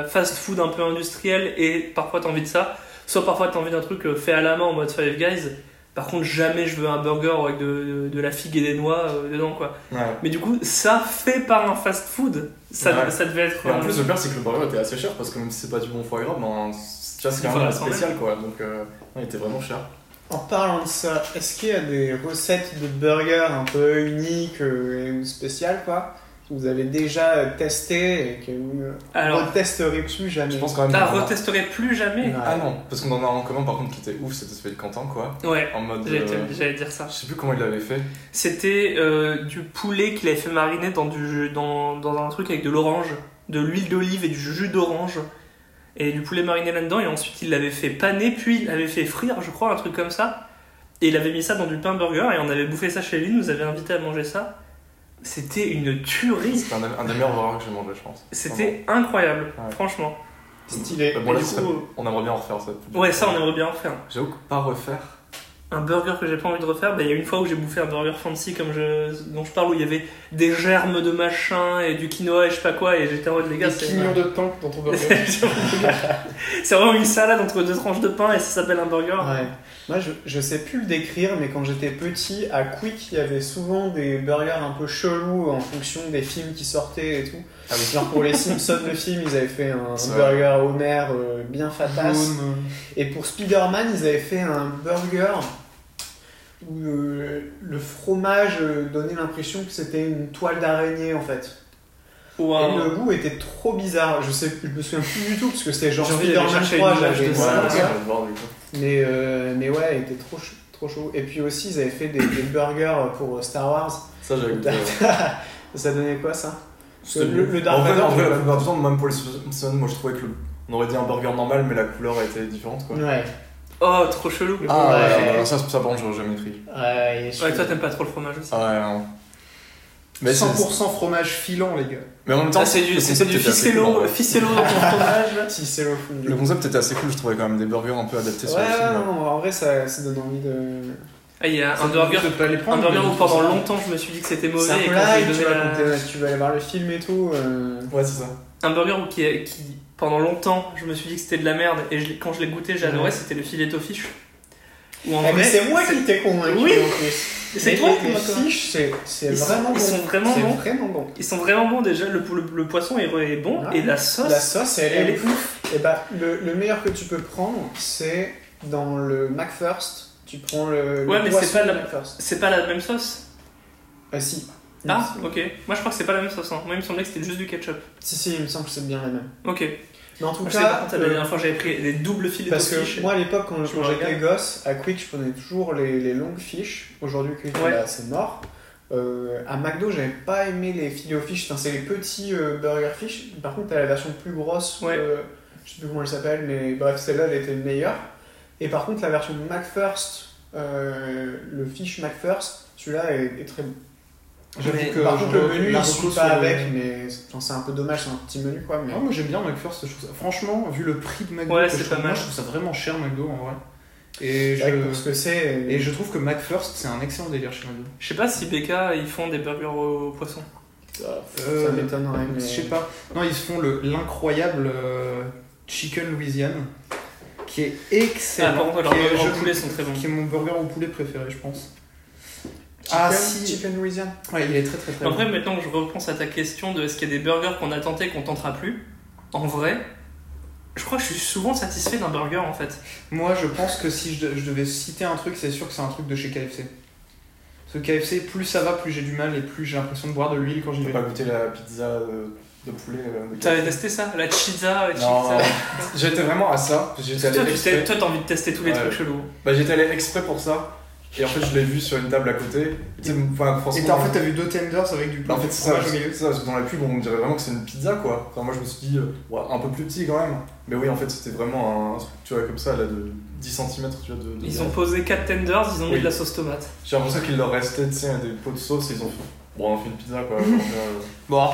à fast food un peu industriel et parfois t'as envie de ça, soit parfois t'as envie d'un truc euh, fait à la main en mode Five Guys. Par contre, jamais je veux un burger avec de, de, de la figue et des noix euh, dedans, quoi. Ouais. Mais du coup, ça fait par un fast food, ça, Ouais. ça devait être. Et en euh, plus, le pire, c'est que le burger était assez cher parce que même si c'est pas du bon foie gras, ben, c'est- tu vois, c'est Il quand faut même la prendre. spécial quoi. Donc, euh, non, il était vraiment cher. En parlant de ça, est-ce qu'il y a des recettes de burgers un peu uniques euh, et- ou spéciales, quoi que vous avez déjà euh, testé et que vous ne Alors. retesterez plus jamais Je pense quand même. T'as qu'on en a- retesterai plus jamais. Ouais. Ah non, parce qu'on en a un en commun par contre qui était ouf, c'était celui de Quentin quoi. Ouais, En mode. j'allais euh, te- j'allais dire ça. Je sais plus comment il l'avait fait. C'était euh, du poulet qu'il avait fait mariner dans, du, dans, dans un truc avec de l'orange, de l'huile d'olive et du jus d'orange. Et du poulet mariné là-dedans, et ensuite il l'avait fait paner, puis il l'avait fait frire, je crois, un truc comme ça. Et il avait mis ça dans du pain burger, et on avait bouffé ça chez lui, il nous avait invité à manger ça. C'était une tuerie, C'était un, un des meilleurs burgers que j'ai mangé, je pense. c'était incroyable, Ouais. franchement. Stylé. Bah, bon, là, Et du ce coup, serait- On aimerait bien en refaire ça. Ouais, ça on aimerait bien en refaire. J'avoue que pas refaire. un burger que j'ai pas envie de refaire, bah, il y a une fois où j'ai bouffé un burger fancy comme je, dont je parle où il y avait des germes de machin et du quinoa et je sais pas quoi et j'étais en mode les gars Des c'est quignons de pain dans ton burger. c'est vraiment une salade entre deux tranches de pain et ça s'appelle un burger. Ouais. Moi, je, je sais plus le décrire, mais quand j'étais petit, à Quick, il y avait souvent des burgers un peu chelous en fonction des films qui sortaient et tout. Ah oui. Genre pour les Simpsons, le film, ils avaient fait un C'est vrai. burger Homer euh, bien fatasse. Jaune, Et pour Spider-Man, ils avaient fait un burger où euh, le fromage euh, donnait l'impression que c'était une toile d'araignée en fait. Ou Et le un... goût était trop bizarre. Je sais, je me souviens plus du tout parce que c'était genre J'ai envie d'aller Spider-Man chercher 3, une image j'avais de Ouais, ça, ouais, je ça, quoi. vais le voir, du coup. Mais, euh, mais ouais, il était trop chaud. Trop chaud. Et puis aussi, ils avaient fait des, des burgers pour euh, Star Wars. Ça, j'avais goûté. ouais. ça donnait quoi ça C'était Le- bon. le Dark en fait, Vador, en fait, je- la plupart du temps, même pour les Simpsons, moi je trouvais que le- on aurait dit un burger normal, mais la couleur était différente quoi. Ouais. Oh trop chelou. Ah ouais, Ouais. ouais, ouais, ça, ça, par contre, j'aurais jamais pris. Ouais, il est chaud. Ouais toi t'aimes pas trop le fromage aussi. Ah ouais, non. Mais, c'est- 100% fromage filant, les gars. mais en même temps, Ah, c'est le du, c'est concept du euh, était assez cool, en ficello, vrai. ficello dans ton fromage. Si c'est le fond du- Le concept était assez cool, je trouvais quand même des burgers un peu adaptés Ouais, sur le ouais, film. non, en vrai, ça, ça donne envie de. Ah, il y a Ça un burger. peut pas les Un prendre, burger mais où bon, pendant ça va. longtemps je me suis dit que c'était C'est un mauvais et peu quand j'ai live, Ah, tu donné vas, la- compter- tu vas aller voir le film et tout. euh, Ouais, c'est ça. un burger où qui, est- qui pendant longtemps je me suis dit que c'était de la merde et je l'ai- quand je l'ai goûté j'ai adoré c'était le filet au fish. Ou en eh, mais vrai c'est moi qui t'ai convaincu. Oui. en plus. c'est Les- toi qui Les m'as convaincu. fiches, c'est- c'est Ils sont- vraiment bon. ils sont vraiment C'est bons. vraiment bon. Ils sont vraiment bons déjà le, le- le poisson est, est bon Ouais. et la sauce. La sauce, elle, elle est est ouf. Et bah, le, le meilleur que tu peux prendre, c'est dans le McFirst. Tu prends le. le Ouais, mais c'est poisson pas la- McFirst. C'est pas la même sauce. Ah, si. Ah ok. Moi je crois que c'est pas la même sauce. hein. Moi il me semblait que c'était juste du ketchup. Si, si, il me semble que c'est bien la même. Ok. Mais en tout Je sais pas cas, contre, la euh, dernière fois j'avais pris des doubles filets parce de que fish. moi à l'époque, quand, Je quand me j'étais régale. gosse, à Quick, je prenais toujours les, les longues fiches. Aujourd'hui, Quick, Ouais. bah, c'est mort. Euh, à McDo, j'avais pas aimé les filets aux fiches. Enfin, c'est les petits euh, burger fish. Par contre, t'as la version plus grosse. Ouais. euh, je sais plus comment elle s'appelle, mais bref, celle-là, elle était meilleure. Et par contre, la version McFirst, euh, le fish McFirst, celui-là est, est très bon. J'avoue Mais que par contre, le menu, il la suit reco pas sur le- avec, mais c'est- enfin, c'est un peu dommage, c'est un petit menu quoi. Mais... Non, Ah, moi j'aime bien McFirst, je trouve ça- Franchement, vu le prix de McDo, Ouais, que c'est je, pas trouve- mal. moi, je trouve ça vraiment cher McDo en vrai. Et C'est vrai que je, pour ce que c'est. euh, et je trouve que McFirst, c'est un excellent délire chez McDo. Je sais pas si BK ils font des burgers au poisson. Ça Euh, m'étonnerait, mais. Je sais pas. Non, ils se font le- l'incroyable euh, Chicken Louisiane, qui Ah, est par excellent. contre leurs qui, est, burgers au je- poulet sont très bons. qui est mon burger au poulet préféré, je pense. Chicken, Ah si Chicken Louisiane. Ouais, il est très très très En vrai, bon. maintenant que je repense à ta question de est-ce qu'il y a des burgers qu'on a tenté et qu'on tentera plus, en vrai, je crois que je suis souvent satisfait d'un burger en fait. Moi, je pense que si je, de- je devais citer un truc, c'est sûr que c'est un truc de chez KFC. Parce que KFC, plus ça va, plus j'ai du mal et plus j'ai l'impression de boire de l'huile quand j'y J'ai vais. pas goûté la pizza euh, de poulet. euh, de T'avais Gatsby. testé ça La pizza, la Non, pizza. j'étais vraiment à ça. J'étais Toi, allé tu sais- exprès. toi, t'as envie de tester tous les Ouais. trucs chelous. Bah, j'étais allé exprès pour ça. Et en fait, je l'ai vu sur une table à côté. Et tu sais, enfin, Et franchement. t'as- en fait, t'as vu deux tenders avec du Bah, hein. en fait, c'est ça, fromage au milieu. c'est ça, parce que dans la pub, on dirait vraiment que c'est une pizza, quoi. Enfin, moi, je me suis dit, euh, ouais, un peu plus petit quand même. Mais oui, en fait, c'était vraiment un, truc, tu vois, comme ça, là, de 10 cm, tu vois, de. de- Ils ont posé 4 tenders, ils ont mis Oui. de la sauce tomate. J'ai l'impression qu'il leur restait, tu sais, des pots de sauce, et ils ont fait. Bon, on fait une pizza, quoi. Donc, euh, Bon.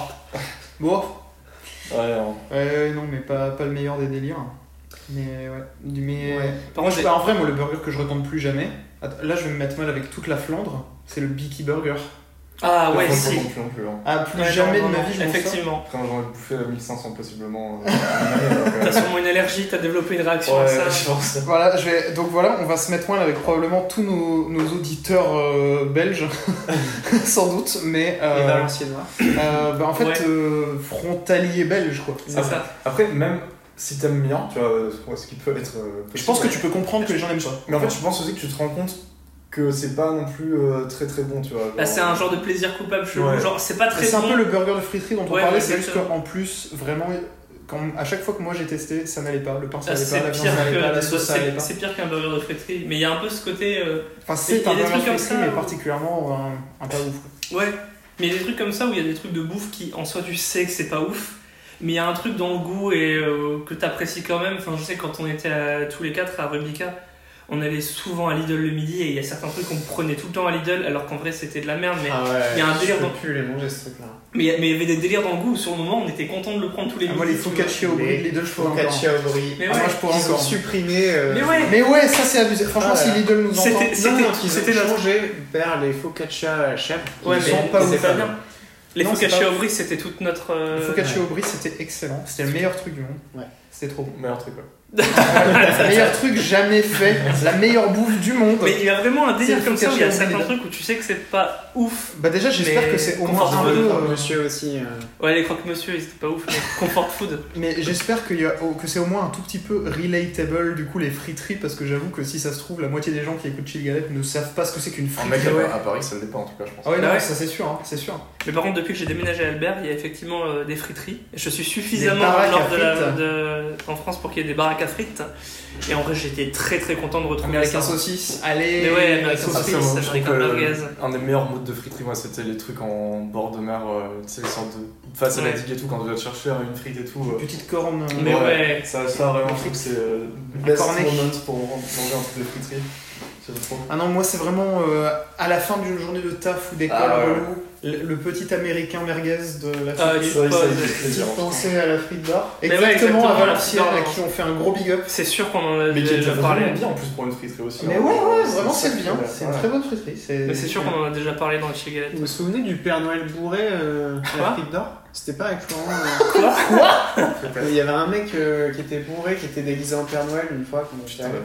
Bon. ouais, hein. non. Ouais, non, mais pas, pas le meilleur des délires. Mais ouais. Mais. Ouais. Par contre, Moi, je- j'ai- bah, en vrai, moi, le burger que je retente plus jamais, Attends, là, je vais me mettre mal avec toute la Flandre, c'est le Biki Burger. ah ouais, Franchement, si. non plus, non plus, hein. Ah, plus Ouais, jamais non, de ma non, vie, je m'en sors. Effectivement. Après, moi, j'en ai bouffé euh, à 1500 possiblement. euh, en T'as année, donc, sûrement une allergie, t'as développé une euh, réaction à Ouais, je ça. pense. Voilà, je vais... donc voilà, on va se mettre mal avec probablement tous nos, nos auditeurs euh, belges, sans doute, mais Et euh, Valenciennois. euh, bah, en fait, Ouais. euh, frontalier belge quoi. C'est ça. Après, même si t'aimes bien, tu vois, euh, ce qui peut être. euh, Je possible, pense que ouais. tu peux comprendre que les gens n'aiment pas. Mais en fait, je pense aussi que tu te rends compte que c'est pas non plus euh, très très bon, tu vois. euh, Bah, c'est un genre de plaisir coupable chelou. Ouais. Genre, c'est pas très C'est un bon. peu le burger de friterie dont on Ouais, parlait, ouais, c'est juste exactement. qu'en plus, vraiment, quand, à chaque fois que moi j'ai testé, ça n'allait pas. Le pain, ça Ah, n'allait C'est pas, la viande, pire ça n'allait pas, que- la sauce, ça n'allait c'est- pas. c'est pire qu'un burger de friterie. Mais il y a un peu ce côté. euh, Enfin, il c'est y a un des burger trucs comme friterie, ça, hein. mais où- particulièrement euh, un, un pas ouf. quoi. Ouais, mais il y a des trucs comme ça où il y a des trucs de bouffe qui en soi tu sais que c'est pas ouf, mais il y a un truc dans le goût et euh, que t'apprécies quand même. Enfin, je sais quand on était à- tous les quatre à Rebecca, on allait souvent à Lidl le midi et il y a certains trucs qu'on prenait tout le temps à Lidl alors qu'en vrai c'était de la merde. Mais Ah ouais, il y a un délire Je peux dans- plus les manger ce truc-là. mais mais il y avait des délires dans le goût où sur le moment on était content de le prendre tous les Ah, midis. moi, les tu vois. focaccia au brie de Mais- Lidl, je trouve encore. Focaccia au brie. Mais Ah, ouais. moi, je pourrais Ils ont encore. supprimé. euh, Mais ouais, Mais ouais, ça c'est abusé. Franchement, Ah, si là. Lidl nous entend. C'était- Non, non, c'était- ils c'était ont notre- changé vers les focaccia à la chèvre. ouais, Ils mais sont pas c'est ouf. pas bien. Les Non, c'est pas focaccia au ouf. brie c'était toute notre. euh, Le focaccia au brie, c'était excellent. C'était le meilleur truc du monde. Ouais. C'était trop bon. meilleur truc, quoi. le meilleur truc jamais fait. La meilleure bouffe du monde. Mais il y a vraiment un C'est délire le comme ça où il y a focaccia au certains brie. trucs où tu sais que c'est pas ouf, Bah déjà, j'espère Mais que c'est au moins un confortable peu. de euh, Monsieur aussi. euh, Ouais, les croque-monsieur, ils étaient pas ouf, mais comfort food. Mais j'espère qu'il y a- que c'est au moins un tout petit peu relatable du coup les friteries parce que j'avoue que si ça se trouve la moitié des gens qui écoutent Chill Galette ne savent pas ce que c'est qu'une Un Ah, frite. mec ouais. à, à Paris, ça le dépend, en tout cas, je pense. Ah ouais, non, Bah ouais. ça c'est sûr, hein, c'est sûr. Mais par contre, depuis que j'ai déménagé à Albert, il y a effectivement euh, des friteries. Et Je suis Des suffisamment baraques lors de à la, frites. de- en France pour qu'il y ait des baraques à frites. Et en vrai, j'étais très très content de retrouver Américain ça. saucisse, allez. Mais ouais, American saucisse. saucisse. c'est ça, bon, je je trouve rigole, que merguez. Un des meilleurs modes de friterie, moi, c'était les trucs en bord de mer, euh, tu sais, les sortes de. face à la Ouais. digue et tout, quand on doit te chercher une frite et tout. euh, Petite corne. euh, Mais ouais. Ça, ça vraiment, je trouve que c'est euh, best Cornet. moment pour manger un truc de friterie. J'aime trop. Ah non, moi c'est vraiment euh, à la fin d'une journée de taf ou d'école Ah ouais. relou, le, le petit américain merguez de la Ah, Turquie. tu- C'est vrai que ça Pas- me fait qui plaisir. pensait à l'Afrique d'Or. Mais ouais, Exactement, exactement, à à Valenciennes, à Valenciennes. qui on fait un gros big up. C'est sûr qu'on en a Mais qui est déjà parlé. vraiment bien en plus pour une friterie aussi. Mais hein. ouais, ouais, vraiment c'est sacré, bien. là. C'est Ouais. une très bonne friterie. Mais c'est sûr qu'on en a déjà parlé dans le chez Galette. Vous vous souvenez du Père Noël bourré euh, à Quoi l'Afrique d'Or C'était pas avec Florent. euh, Il y avait un mec euh, qui était bourré, qui était déguisé en Père Noël une fois. Quand j'étais Ah, allé.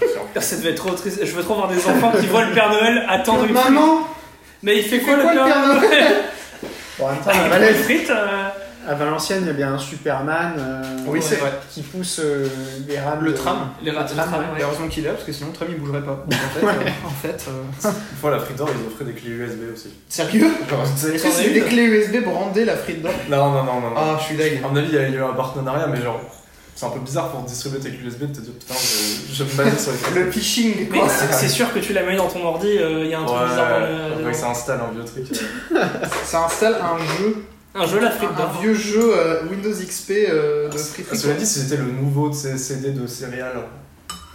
je me suis rappelé. Ça devait être trop triste. Je veux trop voir des enfants qui voient le Père Noël attendre une frite. Maman Mais il fait quoi, quoi, le le Père Noël Bon, en même temps, à, Avec Valais- les frites euh, à Valenciennes, il y a bien un Superman euh, Oui, c'est Ouais. vrai. qui pousse euh, les rames. Le de- tram. Les rats de Ah, tram, ouais. et heureusement qu'il est là, parce que sinon le tram il bougerait pas. Donc, en fait, euh, en fait, euh, Une fois, à la frite d'or, ils offraient des clés USB aussi. sérieux Genre, tu sais- Est-ce que c'est des clés USB brandées la frite d'or Non, non, non, non. non. Ah, je suis dingue. À mon avis, il y a eu un partenariat, mais genre, c'est un peu bizarre pour distribuer tes clés USB de te dire putain, je, je me base sur les clés. Le phishing, Mais quoi. c'est c'est sûr que tu l'as mis dans ton ordi, euh, il y a un truc bizarre dans euh, le- Ouais, ouais, ça installe un vieux truc. euh. Ça installe un jeu, Un jeu la frite un d'or. vieux jeu euh, Windows XP euh, de Ah, friterie. Cela dit, si c'était le nouveau de ces CD de céréales,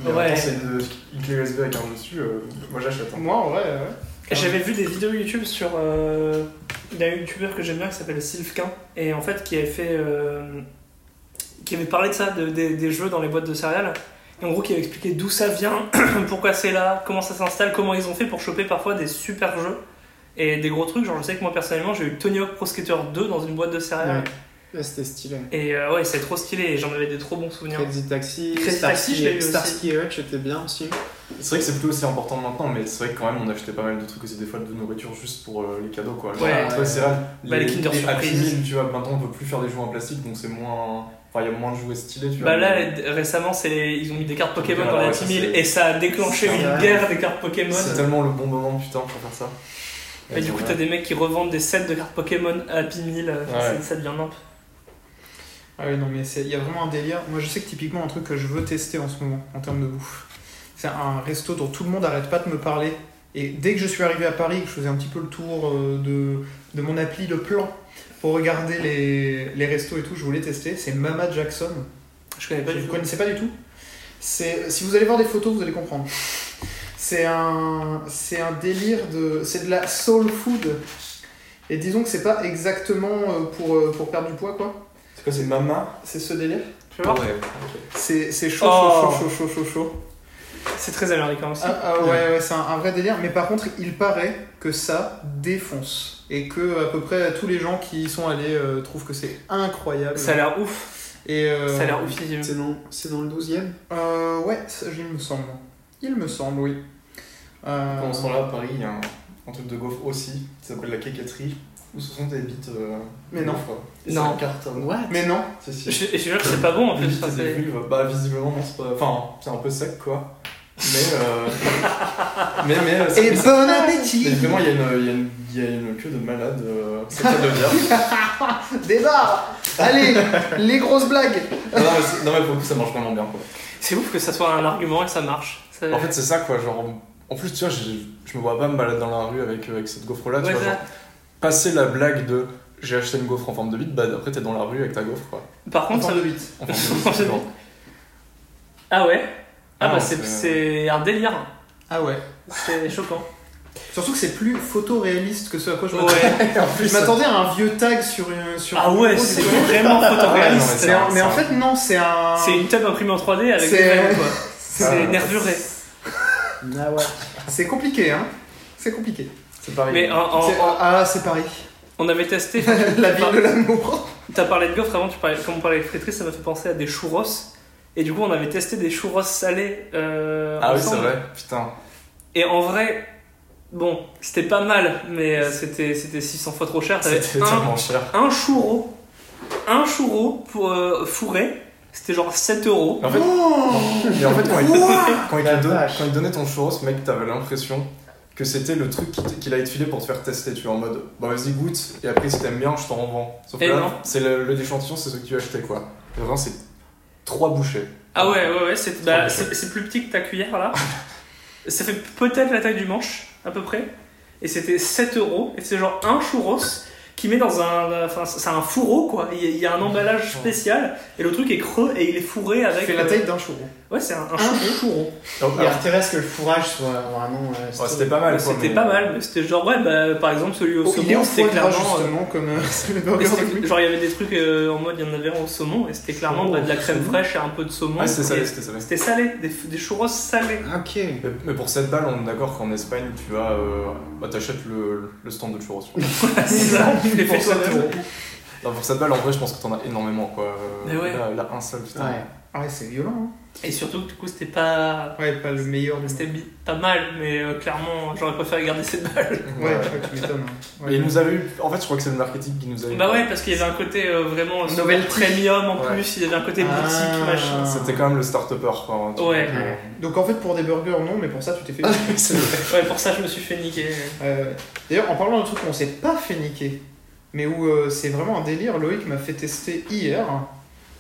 il y a Ouais. longtemps, c'est une, une clé USB avec un dessus, euh, moi j'achète. hein. Moi, en vrai, euh, ouais. Et J'avais vu des vidéos YouTube sur. euh, Il y a un youtubeur que j'aime bien qui s'appelle Sylvquin et en fait qui avait fait. euh, qui avait parlé de ça, de- des- des jeux dans les boîtes de céréales. Et en gros qui avait expliqué d'où ça vient, pourquoi c'est là, comment ça s'installe, comment ils ont fait pour choper parfois des super jeux et des gros trucs. Genre je sais que moi personnellement j'ai eu Tony Hawk Pro Skater 2 dans une boîte de céréales. Ouais. Ouais, C'était stylé. Et euh, ouais, c'est trop stylé et j'en avais des trop bons souvenirs. Crazy Taxi, Crazy Taxi, je l'ai eu Starsky, aussi. Starsky et Hutch était bien aussi. C'est vrai que c'est plus aussi important maintenant, mais c'est vrai que quand même on achetait pas mal de trucs aussi des fois de nourriture juste pour euh, les cadeaux quoi. Genre, Ouais. entre les céréales, Bah, les Kinder Happy Surprise. Meal, tu vois, maintenant on peut plus faire des jouets en plastique donc c'est moins. Enfin, il y a moins de jouets stylés, tu vois. Bah là, mais- récemment, c'est- ils ont mis des cartes Pokémon Ouais, dans la ouais, Team ça, Hill c'est- et ça a déclenché C'est une vrai. guerre des cartes Pokémon. euh. C'est tellement le bon moment, putain, pour faire ça. Euh, Et du coup, t'as des mecs qui revendent des sets de cartes Pokémon à Happy Meal, euh, Ouais. ça- ça devient nimp. Ah oui, non, mais c'est- il y a vraiment un délire. Moi, je sais que typiquement, un truc que je veux tester en ce moment, en termes de bouffe, c'est un resto dont tout le monde arrête pas de me parler. Et dès que je suis arrivé à Paris, que je faisais un petit peu le tour euh, de, de mon appli de plan pour regarder les, les restos et tout, je voulais tester, c'est Mama Jackson. Je connais pas Vous du ne tout. connaissez pas du tout C'est Si vous allez voir des photos, vous allez comprendre. C'est un, c'est un délire de. C'est de la soul food. Et disons que c'est pas exactement euh, pour, euh, pour perdre du poids, quoi. C'est quoi, c'est Mama C'est ce délire. Tu vois C'est c'est chaud, Oh. chaud, chaud, chaud, chaud, chaud, chaud. C'est très américain aussi. Ah, ah, ouais, ouais, c'est un, un vrai délire. Mais par contre, il paraît que ça défonce. Et que à peu près tous les gens qui y sont allés euh, trouvent que c'est incroyable. Ça a l'air ouf. Et, euh, Ça a l'air oufissime. C'est dans, c'est dans le 12 e euh, ouais, ça, il me semble. Il me semble, oui. Euh, Pendant ce temps-là, à Paris, il y a un, un truc de gaufre aussi, qui s'appelle la quécaterie, où ce sont des bits. euh, Mais de non. gaufres, quoi. Et Non. C'est un carton. What mais non, Si, Je, si. je te jure que c'est pas bon en Les fait. bits ça, et des c'est- vulves, bah visiblement, non, c'est pas. Enfin, c'est un peu sec, quoi. Mais. euh, mais, mais. euh, c'est- Et Eh, bon mais appétit vraiment, il y, a une- il y a une- il y a une queue de malade, euh, c'est le cas de le dire. Débarre Allez, les grosses blagues Non, non, mais c'est- non, mais pour le coup, ça marche vraiment bien, quoi. C'est ouf que ça soit un argument et que ça marche. Ça- En fait, c'est ça, quoi. Genre, en plus, tu vois, j'ai- je me vois pas me balader dans la rue avec, avec cette gaufre-là, tu Ouais, vois. ça- genre, passer la blague de j'ai acheté une gaufre en forme de bite, bah après t'es dans la rue avec ta gaufre, quoi. Par contre, ça... Enfin, de bite. En forme de bite, genre. Ah ouais Ah Ah bah non, c'est c'est- c'est un délire. Ah ouais. C'est choquant. Surtout que c'est plus photoréaliste que ce à quoi je m'attendais. Ouais. Et en plus, Je ça- m'attendais à un vieux tag sur une. Sur Ah une ouais, photo, c'est tu vois. vraiment photoréaliste. Mais, en, mais en fait, non, c'est un. C'est une table imprimée en 3D avec des C'est- veines, quoi. C'est Ah. nervuré. Ah ouais. C'est compliqué, hein. C'est compliqué. c'est pareil. Mais en- en- C'est- Ah, c'est Paris. on avait testé, La ville de l'amour. t'as parlé de gaufres avant, tu parlais, quand on parlait de friterie, ça m'a fait penser à des churros. Et du coup, on avait testé des churros salés euh, Ah oui, c'est ensemble. vrai, putain. Et en vrai, bon, c'était pas mal, mais euh, c'était c'était 600 fois trop cher. T'avais C'était euh, un, tellement cher. un churro, un churro pour euh, fourré, c'était genre 7 euros. En fait, mais en fait quand, il, quand, il La te donne- vache. quand il donnait ton churros, mec, t'avais l'impression que c'était le truc qu'il qu'il allait te filer pour te faire tester. Tu es en mode, bah vas-y, goûte, et après si t'aimes bien, je t'en revends. Sauf que Et là, Eh non. c'est le, le déchantillon, c'est ce que tu achetais, quoi. Et vraiment, c'est trois bouchées. Ah ouais, ouais, ouais, c'est bah, bien. c'est- c'est plus petit que ta cuillère là. ça fait peut-être la taille du manche, à peu près. Et c'était 7 euros. Et c'est genre un churros qui qui met dans un. euh, Enfin, c'est un fourreau, quoi. Il y a- il y a un emballage spécial, et le truc est creux et il est fourré avec. fait la euh, taille d'un chevron. Ouais, c'est un, un Un chevron. chouron. Donc, alors, Et alors, à ce que le fourrage soit vraiment. euh, ouais, c'était pas mal. quoi, C'était mais- pas mal, mais c'était genre, ouais, bah, par exemple, celui au Oh, il est saumon, au foie c'était gras, clairement. euh, justement, comme euh, c'est le mais burger c'était- de Louis. genre, il y avait des trucs euh, en mode, il y en avait un au saumon, et c'était clairement bah, de la crème fraîche et un peu de saumon. Ah, c'était et salé, c'était salé. C'était salé, des, des churros salés. Ok. Mais, mais pour 7 balles, on est d'accord qu'en Espagne, tu vas. euh, bah, t'achètes le, le stand de churros. quoi. C'est ça, tu les fais Pour ça, toi-même. non, pour 7 balles, en vrai, je pense que t'en as énormément, quoi. Euh, Mais ouais. Là, là, un seul, putain. Ouais. Ah ouais, c'est violent. Et surtout, du coup, c'était pas. Hein. Ouais, pas le meilleur. du- C'était bi- pas mal, mais euh, clairement, j'aurais préféré garder cette balle. Ouais, ouais, tu m'étonnes. hein. Mais Ouais. il nous avait eu. En fait, je crois que c'est le marketing qui nous avait. Bah ouais, parce qu'il y avait un côté euh, vraiment super Novelty. premium en Ouais. plus, il y avait un côté Ah. boutique, machin. C'était quand même le start-upper, quoi. hein, tu- Ouais. Ouais. euh, Donc en fait, pour des burgers, non, mais pour ça, tu t'es fait. C'est vrai. Ouais, pour ça, je me suis fait niquer. Euh, D'ailleurs, en parlant de trucs qu'on s'est pas fait niquer, mais où euh, c'est vraiment un délire, Loïc m'a fait tester hier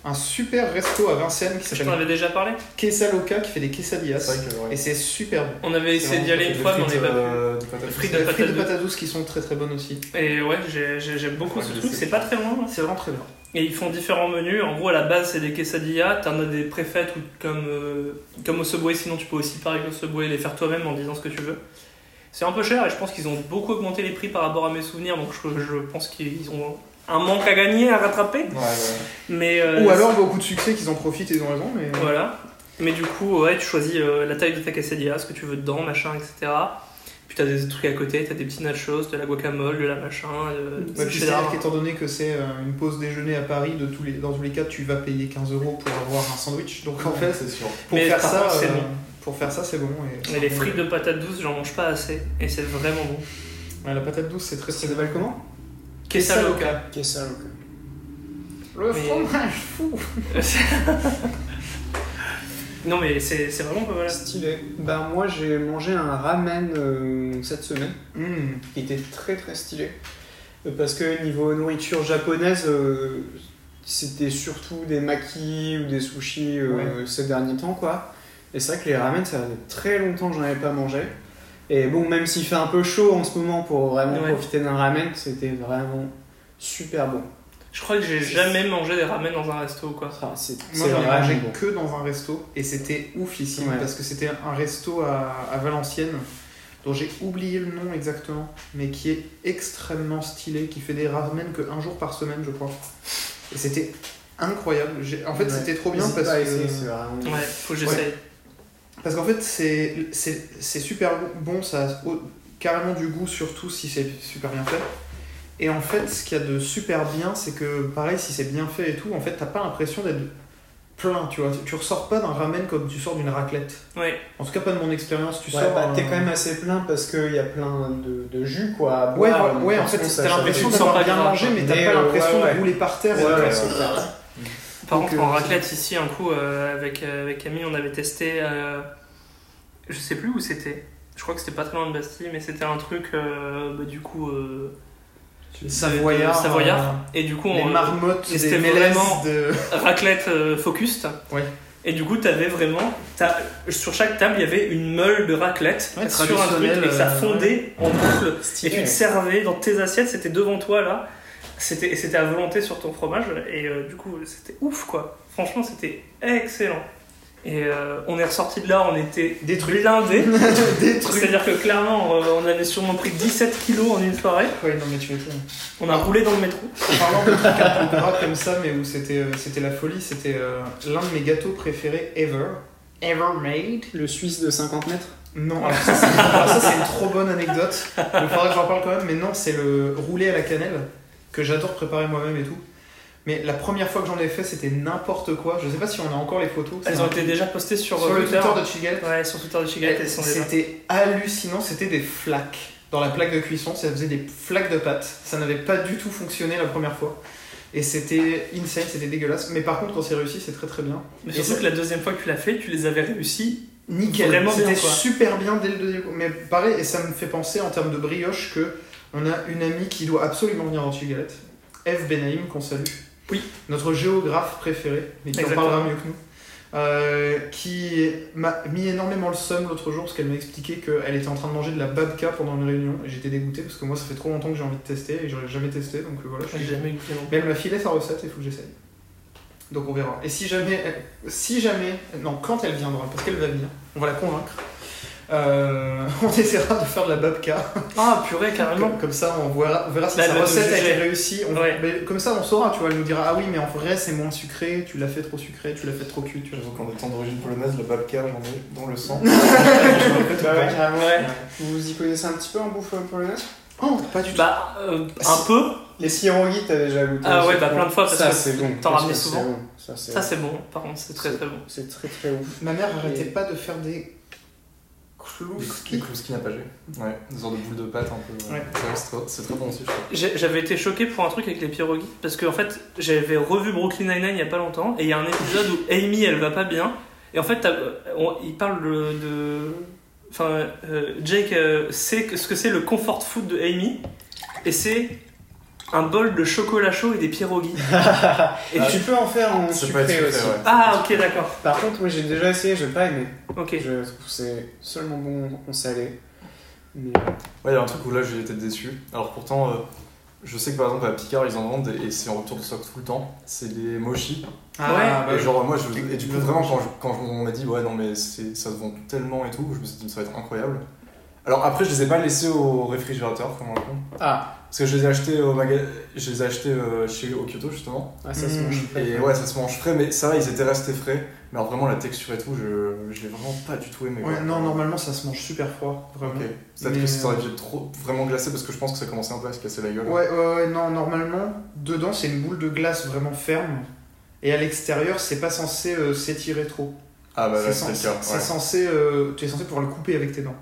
un super resto à Vincennes qui Je t'en s'appelle avais déjà parlé. Quesaloca qui fait des quesadillas. C'est vrai que. ouais. Et c'est super bon. On avait essayé d'y aller une Des fois, mais on n'est frites, pas pu. euh, des patates Frites C'est de des frites de patates patates douces qui sont très très bonnes aussi. Et ouais, j'ai- j'ai- j'aime beaucoup Ouais, ce je truc, sais. c'est pas très loin. hein. C'est vraiment très bien. Et ils font différents menus. En gros, à la base, c'est des quesadillas. T'en as des préfaites ou comme, euh, comme au Subway, sinon tu peux aussi, pareil qu'au Subway, les faire toi-même en disant ce que tu veux. C'est un peu cher et je pense qu'ils ont beaucoup augmenté les prix par rapport à mes souvenirs, donc je, je pense qu'ils ont un manque à gagner, à rattraper. Ouais, ouais. Mais, euh, Ou alors beaucoup de succès qu'ils en profitent et ils ont raison, mais. euh, Voilà. Mais du coup, ouais, tu choisis euh, la taille de ta quesadilla, ce que tu veux dedans, machin, etc. Puis t'as des trucs à côté, t'as des petits nachos, de la guacamole, de la machin, euh, du Bah, puis cheddar. c'est-à-dire qu'étant donné que c'est euh, une pause déjeuner à Paris, de tous les, dans tous les cas, tu vas payer 15 euros pour avoir un sandwich. Donc en fait, c'est sûr. pour, Mais faire par ça, contre, c'est euh, bon. pour faire ça, c'est bon. Et, Et les frites de patates douces, j'en mange pas assez, et c'est vraiment bon. Ouais, la patate douce, c'est très très s'appelle comment Quesaloca. Quesal. Mais- Le fromage fou non mais c'est c'est vraiment pas mal. Stylé. Bah moi j'ai mangé un ramen euh, cette semaine Hmm. qui était très très stylé. Euh, Parce que niveau nourriture japonaise, euh, c'était surtout des makis ou des sushis euh, ces derniers temps quoi. Et c'est vrai que les ramen ça faisait très longtemps que j'en avais pas mangé. Et bon même s'il fait un peu chaud en ce moment pour vraiment Ouais. profiter d'un ramen, c'était vraiment super bon. Je crois que j'ai jamais mangé des ramen dans un resto ou quoi. Enfin, c'est Moi c'est j'en ai vraiment mangé bon. que dans un resto et c'était ouf ici Ouais. parce que c'était un resto à, à Valenciennes dont j'ai oublié le nom exactement mais qui est extrêmement stylé qui fait des ramen que un jour par semaine je crois et c'était incroyable J'ai- en fait Ouais. c'était trop bien N'hésite parce pas à que essayer, c'est vraiment- Ouais, faut que j'essaye. Parce qu'en fait, c'est c'est- c'est super bon, ça a au- carrément du goût, surtout si c'est super bien fait. Et en fait, ce qu'il y a de super bien, c'est que pareil, si c'est bien fait et tout, en fait, t'as pas l'impression d'être plein, tu vois. Tu, tu ressors pas d'un ramen comme tu sors d'une raclette. Ouais. En tout cas, pas de mon expérience, tu Ouais, sors. bah, un- t'es quand même assez plein parce qu'il y a plein de, de jus quoi. à Ouais, boire, ouais, donc ouais, en fait, forcément, ça t'as change. l'impression tu te sens d'avoir pas bien gras, mangé, mais t'as Mais, pas euh, l'impression ouais, ouais. de rouler par terre. Ouais, ouais, et- c'est clair. Par Donc, contre, en euh, raclette, ici, un coup, euh, avec, euh, avec Camille, on avait testé. euh, je sais plus où c'était. Je crois que c'était pas très loin de Bastille, mais c'était un truc, euh, bah, du coup. euh, Savoyard. Savoyard. euh, et du coup, les on, marmottes, et les c'était mélèzes vraiment- de. raclette euh, focus. Ouais. Et du coup, t'avais vraiment. t'as- sur chaque table, il y avait une meule de raclette Ouais, sur un truc traditionnelle, et ça euh, fondait en boucle. Et Stylé. tu te servais dans tes assiettes, c'était devant toi là. C'était et c'était à volonté sur ton fromage. Et euh, du coup, c'était ouf quoi. Franchement, c'était excellent. Et euh, on est ressorti de là, on était Détruit. blindés. Détruit. C'est-à-dire que clairement, euh, on avait sûrement pris 17 kilos en une soirée. Ouais, non, mais tu m'étonnes. On a roulé dans le métro. En parlant de trucs un peu gras comme ça, mais où c'était euh, c'était la folie, c'était euh, l'un de mes gâteaux préférés ever. Ever made Le Suisse de 50 mètres. Non, alors ça c'est alors ça, c'est une trop bonne anecdote. Il faudrait que j'en parle quand même, mais non, c'est le roulé à la cannelle que j'adore préparer moi-même et tout. Mais la première fois que j'en ai fait, c'était n'importe quoi. Je sais pas si on a encore les photos. Elles C'est ont un- été déjà postées sur, Ah. sur euh, le Twitter de Eh, Chigal. Ouais, sur Twitter de Chigalette. elles sont déjà- C'était hallucinant, c'était des flaques. Dans la plaque de cuisson, ça faisait des flaques de pâte. Ça n'avait pas du tout fonctionné la première fois. Et c'était insane, c'était dégueulasse. Mais par contre, quand c'est réussi, c'est très très bien. Mais Et surtout c'est- que la deuxième fois que tu l'as fait, tu les avais réussi. Nickel, Vraiment c'était bien, quoi. super bien dès le deuxième coup. Mais pareil, et ça me fait penser en termes de brioche que on a une amie qui doit absolument venir dans Chigalette, Eve Benaim, qu'on salue. Oui. Notre géographe préféré, mais qui en Exactement. parlera mieux que nous. euh, qui m'a mis énormément le seum l'autre jour parce qu'elle m'a expliqué qu'elle était en train de manger de la babka pendant une réunion et j'étais dégoûté parce que moi ça fait trop longtemps que j'ai envie de tester et j'aurais jamais testé donc euh, voilà. je J'ai suis- jamais goûté non Mais elle m'a filé sa recette et il faut que j'essaye. Donc on verra. Et si jamais, elle- si jamais, non, quand elle viendra, parce qu'elle va venir, on va la convaincre. euh, on essaiera de faire de la babka. Ah, purée, carrément. Comme, comme ça, on verra, on verra si Là, elle sa va nous recette a été juger. réussie. On- Ouais. mais comme ça, on saura, tu vois. Elle nous dira Ah oui, mais en vrai, c'est moins sucré, tu l'as fait trop sucré, tu l'as fait trop cuit. Tu vois. J'avoue qu'en étant d'origine polonaise, le babka, j'en ai dans le sang. Ouais. Bah, Vous y connaissez un petit peu en bouffe euh, polonaise Oh, pas du tout. Bah, euh, un Si. peu. Les siroguis, t'as déjà goûté Ah ouais, c'est bah, bon. plein de fois, parce ça, que c'est bon. t'en Ça, ramenais c'est souvent. bon. Ça, c'est Ça, c'est bon. Par contre, c'est très très bon. c'est très très ouf. Ma mère arrêtait Et- pas de faire des Les clouskis. klouski n'a pas joué. Ouais, des sortes de boules de pâte un peu. euh, Ouais. C'est vrai que c'est trop- C'est très bon aussi, je trouve. J'ai- J'avais été choqué pour un truc avec les pierogies parce que en fait j'avais revu Brooklyn Nine-Nine il y a pas longtemps et il y a un épisode où Amy elle va pas bien et en fait t'as- euh, on- il parle de, de- enfin euh, Jake euh, sait que- ce que c'est le comfort food de Amy et c'est un bol de chocolat chaud et des pierogies et Et tu tu peux en faire en Ça sucré, peut être sucré, aussi. ouais. ah ok d'accord Par contre, moi j'ai déjà essayé, j'ai pas aimé. ok Je trouve que c'est seulement bon en salé. Mais Ouais, il y a un truc où là j'ai été déçu. Alors pourtant, euh, je sais que par exemple à Picard ils en vendent et c'est en retour de stock tout le temps. C'est les mochi. Ah, et bah, genre moi, je, Et et du le coup vraiment mochi. quand, je- quand je- on m'a dit ouais non mais c'est- ça se vend tellement et tout, je me suis dit ça va être incroyable. Alors après je les ai pas laissés au réfrigérateur comme un con. ah, Parce que je les ai achetés au magasin, je les ai achetés euh, chez au Kyoto justement. ah, ça se Mmh. mange. Et ouais ça se mange frais, mais ça ils étaient restés frais. Mais alors vraiment la texture et tout, je, je l'ai vraiment pas du tout aimé. Ouais, quoi. non, normalement, ça se mange super froid, vraiment. Ok. Peut-être Mais- euh, que ça aurait dû être trop vraiment glacé parce que je pense que ça commençait un peu à se casser la gueule. Ouais, ouais, ouais, non, normalement, dedans, c'est une boule de glace vraiment ferme. Et à l'extérieur, c'est pas censé euh, s'étirer trop. Ah bah là c'est censé, c'était le cas. c'est ouais. censé, euh, tu es censé pouvoir le couper avec tes dents.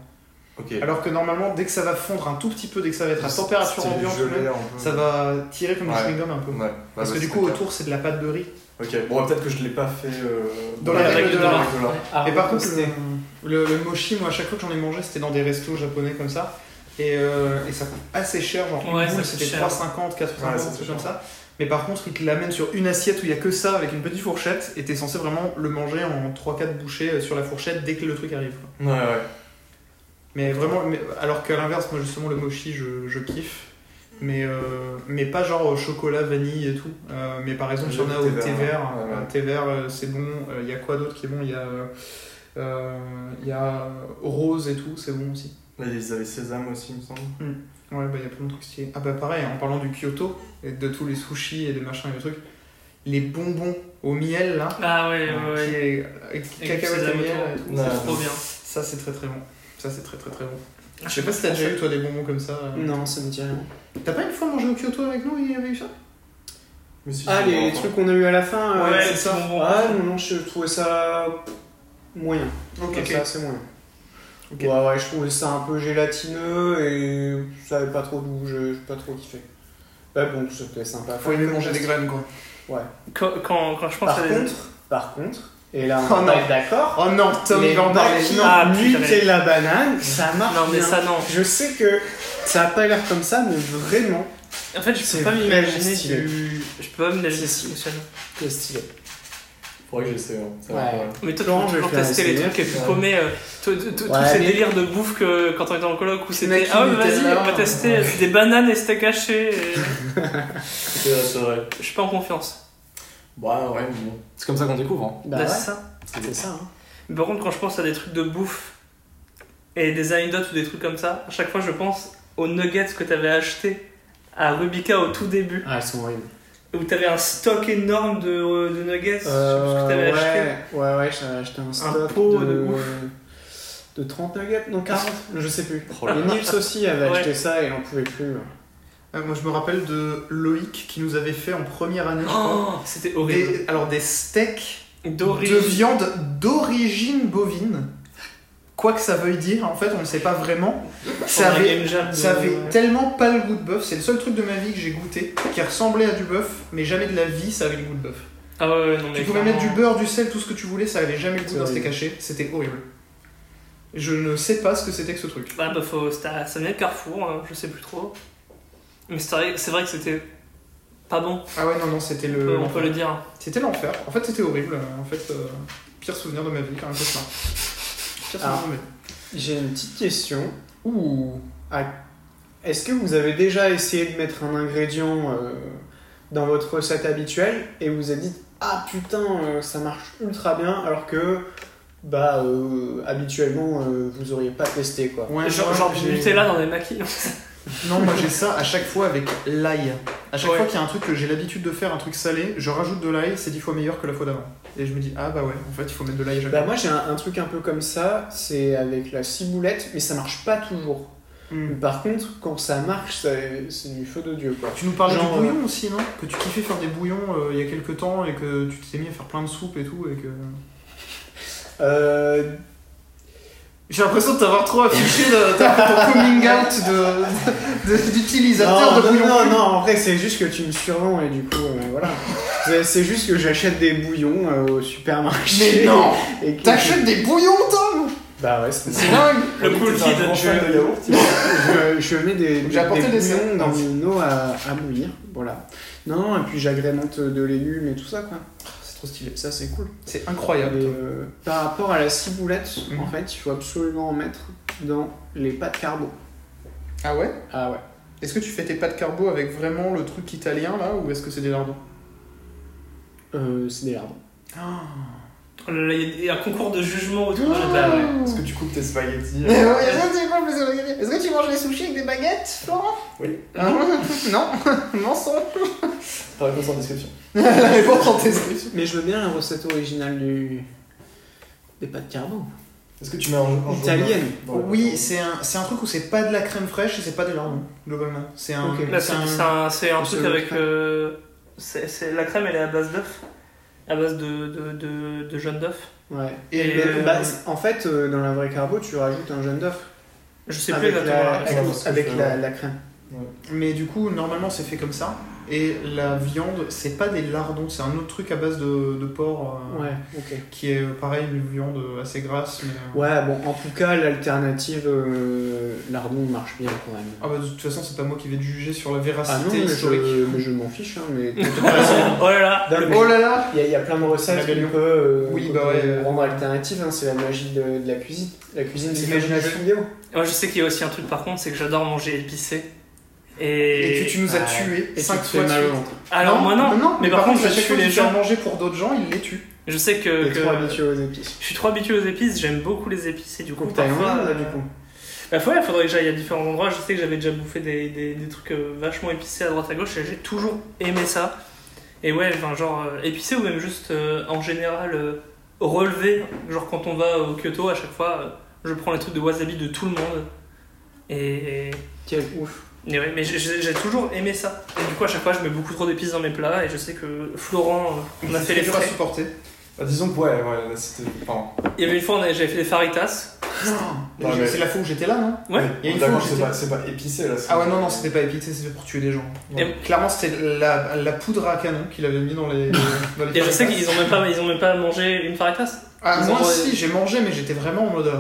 Ok. Alors que normalement, dès que ça va fondre un tout petit peu, dès que ça va être à Ah, température C'était ambiante, gelé même, un peu. ça va tirer comme du Ouais. chewing-gum un peu. Ouais. Bah, Parce bah, que du c'est coup, le cas. autour, c'est de la pâte de riz. Ok, bon, peut-être que je l'ai pas fait. euh, Dans dans la la règle règle de de l'art. l'art. Ah, et par contre, c'était- le, le mochi, moi, à chaque fois que j'en ai mangé, c'était dans des restos japonais comme ça. Et, euh, et ça coûte assez cher, genre une Ouais, ça boule, coûte c'était cher. 3,50, 80 Ouais, euros, ça, un truc c'est comme cher. ça. Mais par contre, ils te l'amènent sur une assiette où il y a que ça avec une petite fourchette et t'es censé vraiment le manger en 3-4 bouchées euh, sur la fourchette dès que le truc arrive. quoi. Ouais, ouais. Mais vraiment, mais- alors qu'à l'inverse, moi justement, le mochi, je, je kiffe. Mais, euh, mais pas genre au chocolat, vanille et tout. Euh, mais par exemple, il y en a au Le thé thé vert. vert, hein. ouais, ouais. Euh, Thé vert, euh, c'est bon. Euh, Il y a quoi d'autre qui est bon Il y a, euh, euh, il y a rose et tout, c'est bon aussi. Là, ils avaient sésame aussi, il me semble. Ouais, bah il y a plein de trucs stylés. Ah bah pareil, en parlant du Kyoto, et de tous les sushis et des machins et des trucs, les bonbons au miel là, ah ouais ouais, qui ouais. est avec Et cacahuètes puis, au miel autour, et tout. Ouais. c'est trop bien Ah, Ça, c'est très très bon. Ça, c'est très très très bon. Je sais pas si t'as déjà eu toi des bonbons comme ça. Mm. euh. Non, ça me dit rien. T'as pas une fois mangé au Kyoto avec nous et il y avait eu ça Mais si, Ah, je l'ai les encore. trucs qu'on a eu à la fin. euh, Ouais, c'est les ça. petits bonbons. Ah non, non, je trouvais ça moyen. Ok, Enfin, Ça, c'est moyen. Ok. Ouais, ouais, je trouvais ça un peu gélatineux et je savais pas trop d'où, je j'ai pas trop kiffé. Bah bon, c'était sympa. Faut aimer manger des graines quoi. quand, quand, quand je pense Par à des- contre, par contre, et là Oh on non. va être d'accord, Oh non, Tom, les il va en parler. maquis Non. Ah, putain, mais- Nutella la banane, ça marche non mais bien. ça non Je sais que ça a pas l'air comme ça, mais vraiment, en fait je C'est peux pas m'imaginer vraiment stylé. du... je peux pas m'imaginer C'est ce qui fonctionne c'est stylé. Faudrait que j'essaie. hein. Ça va, Ouais. ouais. Mais toi, tu Florent, peux je vais toujours faire tester les essayer. trucs et puis Ouais. paumer euh, tout- tout- tout- tous Ouais, ces mais- délires de bouffe que quand on était en coloc où c'était Snacky Ah ouais, vas-y, Nutella. on va tester euh, des bananes et steak haché. et- C'est vrai, c'est vrai. Je suis pas en confiance. Bah ouais, mais bon. C'est comme ça qu'on découvre. Hein. Bah Là, ouais, c'est ça. c'est ça. hein. Mais par contre, quand je pense à des trucs de bouffe et des anecdotes ou des trucs comme ça, à chaque fois je pense aux nuggets que t'avais acheté à Rubika au tout début Ah, elles sont horribles. où t'avais un stock énorme de, euh, de nuggets. je sais plus ce Euh, que t'avais acheté. ouais, ouais, ouais, j'avais acheté un stock pot de, de Ah. ouf. de 30 nuggets, non 40, je sais plus. Oh là Et là. Nils aussi avait Ouais. acheté ça et il en pouvait plus. Euh, Moi je me rappelle de Loïc qui nous avait fait en première année. je crois, Oh, c'était horrible. des- alors des steaks de Doré. viande d'origine bovine. Quoi que ça veuille dire, en fait on ne sait pas vraiment. Ça Pendant la avait, game jam de- ça avait tellement pas le goût de bœuf, c'est le seul truc de ma vie que j'ai goûté qui ressemblait à du bœuf, mais jamais de la vie ça avait le goût de bœuf. Ah ouais, ouais, non, mais Tu pouvais clairement. mettre du beurre, du sel, tout ce que tu voulais, ça avait jamais le goût C'est d'un steak horrible. haché, c'était horrible. Je ne sais pas ce que c'était que ce truc. Ouais, bah, faut, c'était à- ça venait de Carrefour, hein, je sais plus trop. Mais c'est vrai, c'est vrai que c'était Pas bon, Ah ouais, non, non, c'était on le. peut- on peut le dire. C'était l'enfer. En fait, c'était horrible. En fait, euh, pire souvenir de ma vie, quand même, cauchemar. Pire souvenir Ah. de ma vie. J'ai une petite question. Ouh. Ah. Est-ce que vous avez déjà essayé de mettre un ingrédient euh, dans votre recette habituelle et vous vous êtes dit ah putain euh, ça marche ultra bien alors que bah euh, habituellement euh, vous auriez pas testé quoi. Ouais, genre moi, genre du j'ai- Nutella dans des Oh maquilles. Non, moi j'ai ça à chaque fois avec l'ail. À chaque Ouais. fois qu'il y a un truc que j'ai l'habitude de faire, un truc salé, je rajoute de l'ail, c'est dix fois meilleur que la fois d'avant. Et je me dis, ah bah ouais, en fait, il faut mettre de l'ail à chaque Bah fois. moi j'ai un, un truc un peu comme ça, c'est avec la ciboulette mais ça marche pas toujours. Hmm. Par contre quand ça marche c'est c'est du feu de dieu quoi. Tu nous parlais Genre, du bouillon aussi, non Que tu kiffais faire des bouillons euh, il y a quelques temps et que tu t'es mis à faire plein de soupes et tout. Et que... Euh, J'ai l'impression de t'avoir trop affiché de, ton coming out d'utilisateur Non, de, non, bouillon. non, non, en vrai, c'est juste que tu me survends et du coup, euh, voilà. C'est- C'est juste que j'achète des bouillons euh, au supermarché. Mais non Et que- T'achètes des bouillons, Tom Bah ouais, c'est C'est dingue Le cool T'es un kid. grand je- fan de yaourt. je, je mets des, J'ai apporté des des bouillons serres. dans une eau à, à bouillir, voilà. Non, et puis j'agrémente de légumes et tout ça, quoi. C'est trop stylé. Ça, c'est cool. C'est Et, incroyable. euh, par rapport à la ciboulette, Mhm. en fait, il faut absolument en mettre dans les pâtes carbo. Ah ouais Ah ouais. Est-ce que tu fais tes pâtes carbo avec vraiment le truc italien là ou est-ce que c'est des lardons Euh, c'est des lardons. Oh là là, Il y a un concours de jugement autour Ah, de la bah, table. Est-ce que tu coupes tes spaghettis euh, Mais ouais, ça, c'est quoi, mais c'est pas grave. Est-ce que tu manges les sushis avec des baguettes, Florent Oui. Hein non, mensonge. Par réponse en description. La réponse en description. Mais je veux bien la recette originale du... des pâtes carbo. Est-ce que tu mets un, un Italienne. dans le- Oui, c'est un, c'est un truc où c'est pas de la crème fraîche et c'est pas des lardons, globalement. C'est un. Ok. Là, c'est c'est un- c'est un, c'est un c'est truc le avec. crème. euh, c'est- c'est- la crème, elle est à base d'œuf. À base de, de, de, de jaune d'œuf. Ouais. Et Mais, euh, bah, c'est- en fait, euh, dans la vraie carbo, tu rajoutes un jaune d'œuf Je sais plus avec, exactement. la, la recette. avec, recette. avec la, la crème. Mais du coup, normalement, c'est fait comme ça. Et la viande, c'est pas des lardons, c'est un autre truc à base de, de porc euh, Ouais, ok. qui est euh, pareil, une viande assez grasse. Mais, euh, Ouais, bon, en tout cas, l'alternative euh, lardon marche bien quand même. Ah bah, de toute façon, c'est pas moi qui vais te juger sur la véracité Ah non, mais historique. je, mais je m'en fiche, hein, mais de toute façon, Oh là là non, mais Oh là là il y, a- il y a plein de La recettes qu'on gagnante. peut, euh, Oui, qu'on bah peut ouais. rendre alternative, hein, c'est la magie de, de la cuisine. La cuisine, c'est comme la L'imagination. vidéo. Moi, je sais qu'il y a aussi un truc par contre, c'est que j'adore manger épicé. Et. Et que tu nous as Ah, tués Et 5 tu te fois de fais mal au suite. ventre. Alors, moi, non. mais, par, contre, je à chaque tue fois les les gens. gens manger pour d'autres gens, il les tue. Je sais que. T'es que- trop habitué aux épices. Je suis trop habitué aux épices, j'aime beaucoup les épices et du coup, Donc, t'as parfois. un là, du euh, coup. Bah ouais, il faudrait que j'aille à différents endroits. Je sais que j'avais déjà bouffé des, des, des trucs euh, vachement épicés à droite à gauche et j'ai toujours aimé ça. Et ouais, enfin, genre euh, épicé ou même juste euh, en général euh, relevé. Genre quand on va au Kyoto, à chaque fois, euh, je prends les trucs de wasabi de tout le monde. Et, et- Quel ouf. et ouais, mais j'ai- j'ai j'ai toujours aimé ça. Et du coup, à chaque fois, je mets beaucoup trop d'épices dans mes plats et je sais que Florent, euh, on a fait les dur à frais. supporter. Bah, disons que ouais, ouais, là, c'était. Enfin, Il y avait une fois, on avait- j'avais fait des faritas. Mais Ouais, j'ai- mais- C'est la fois où j'étais là, non Ouais. Il y a une D'accord, fois où c'est j'étais- pas, c'est pas épicé là. c'est- Ah ouais, non, non, c'était pas épicé, c'était pour tuer des gens. Et- Ouais. Clairement, c'était la, la poudre à canon qu'il avait mis dans les. dans les Et je sais faritas. qu'ils ont même pas, ils ont même pas mangé une faritas. Ah, ils moi ont- si, j'ai mangé, mais j'étais vraiment en mode.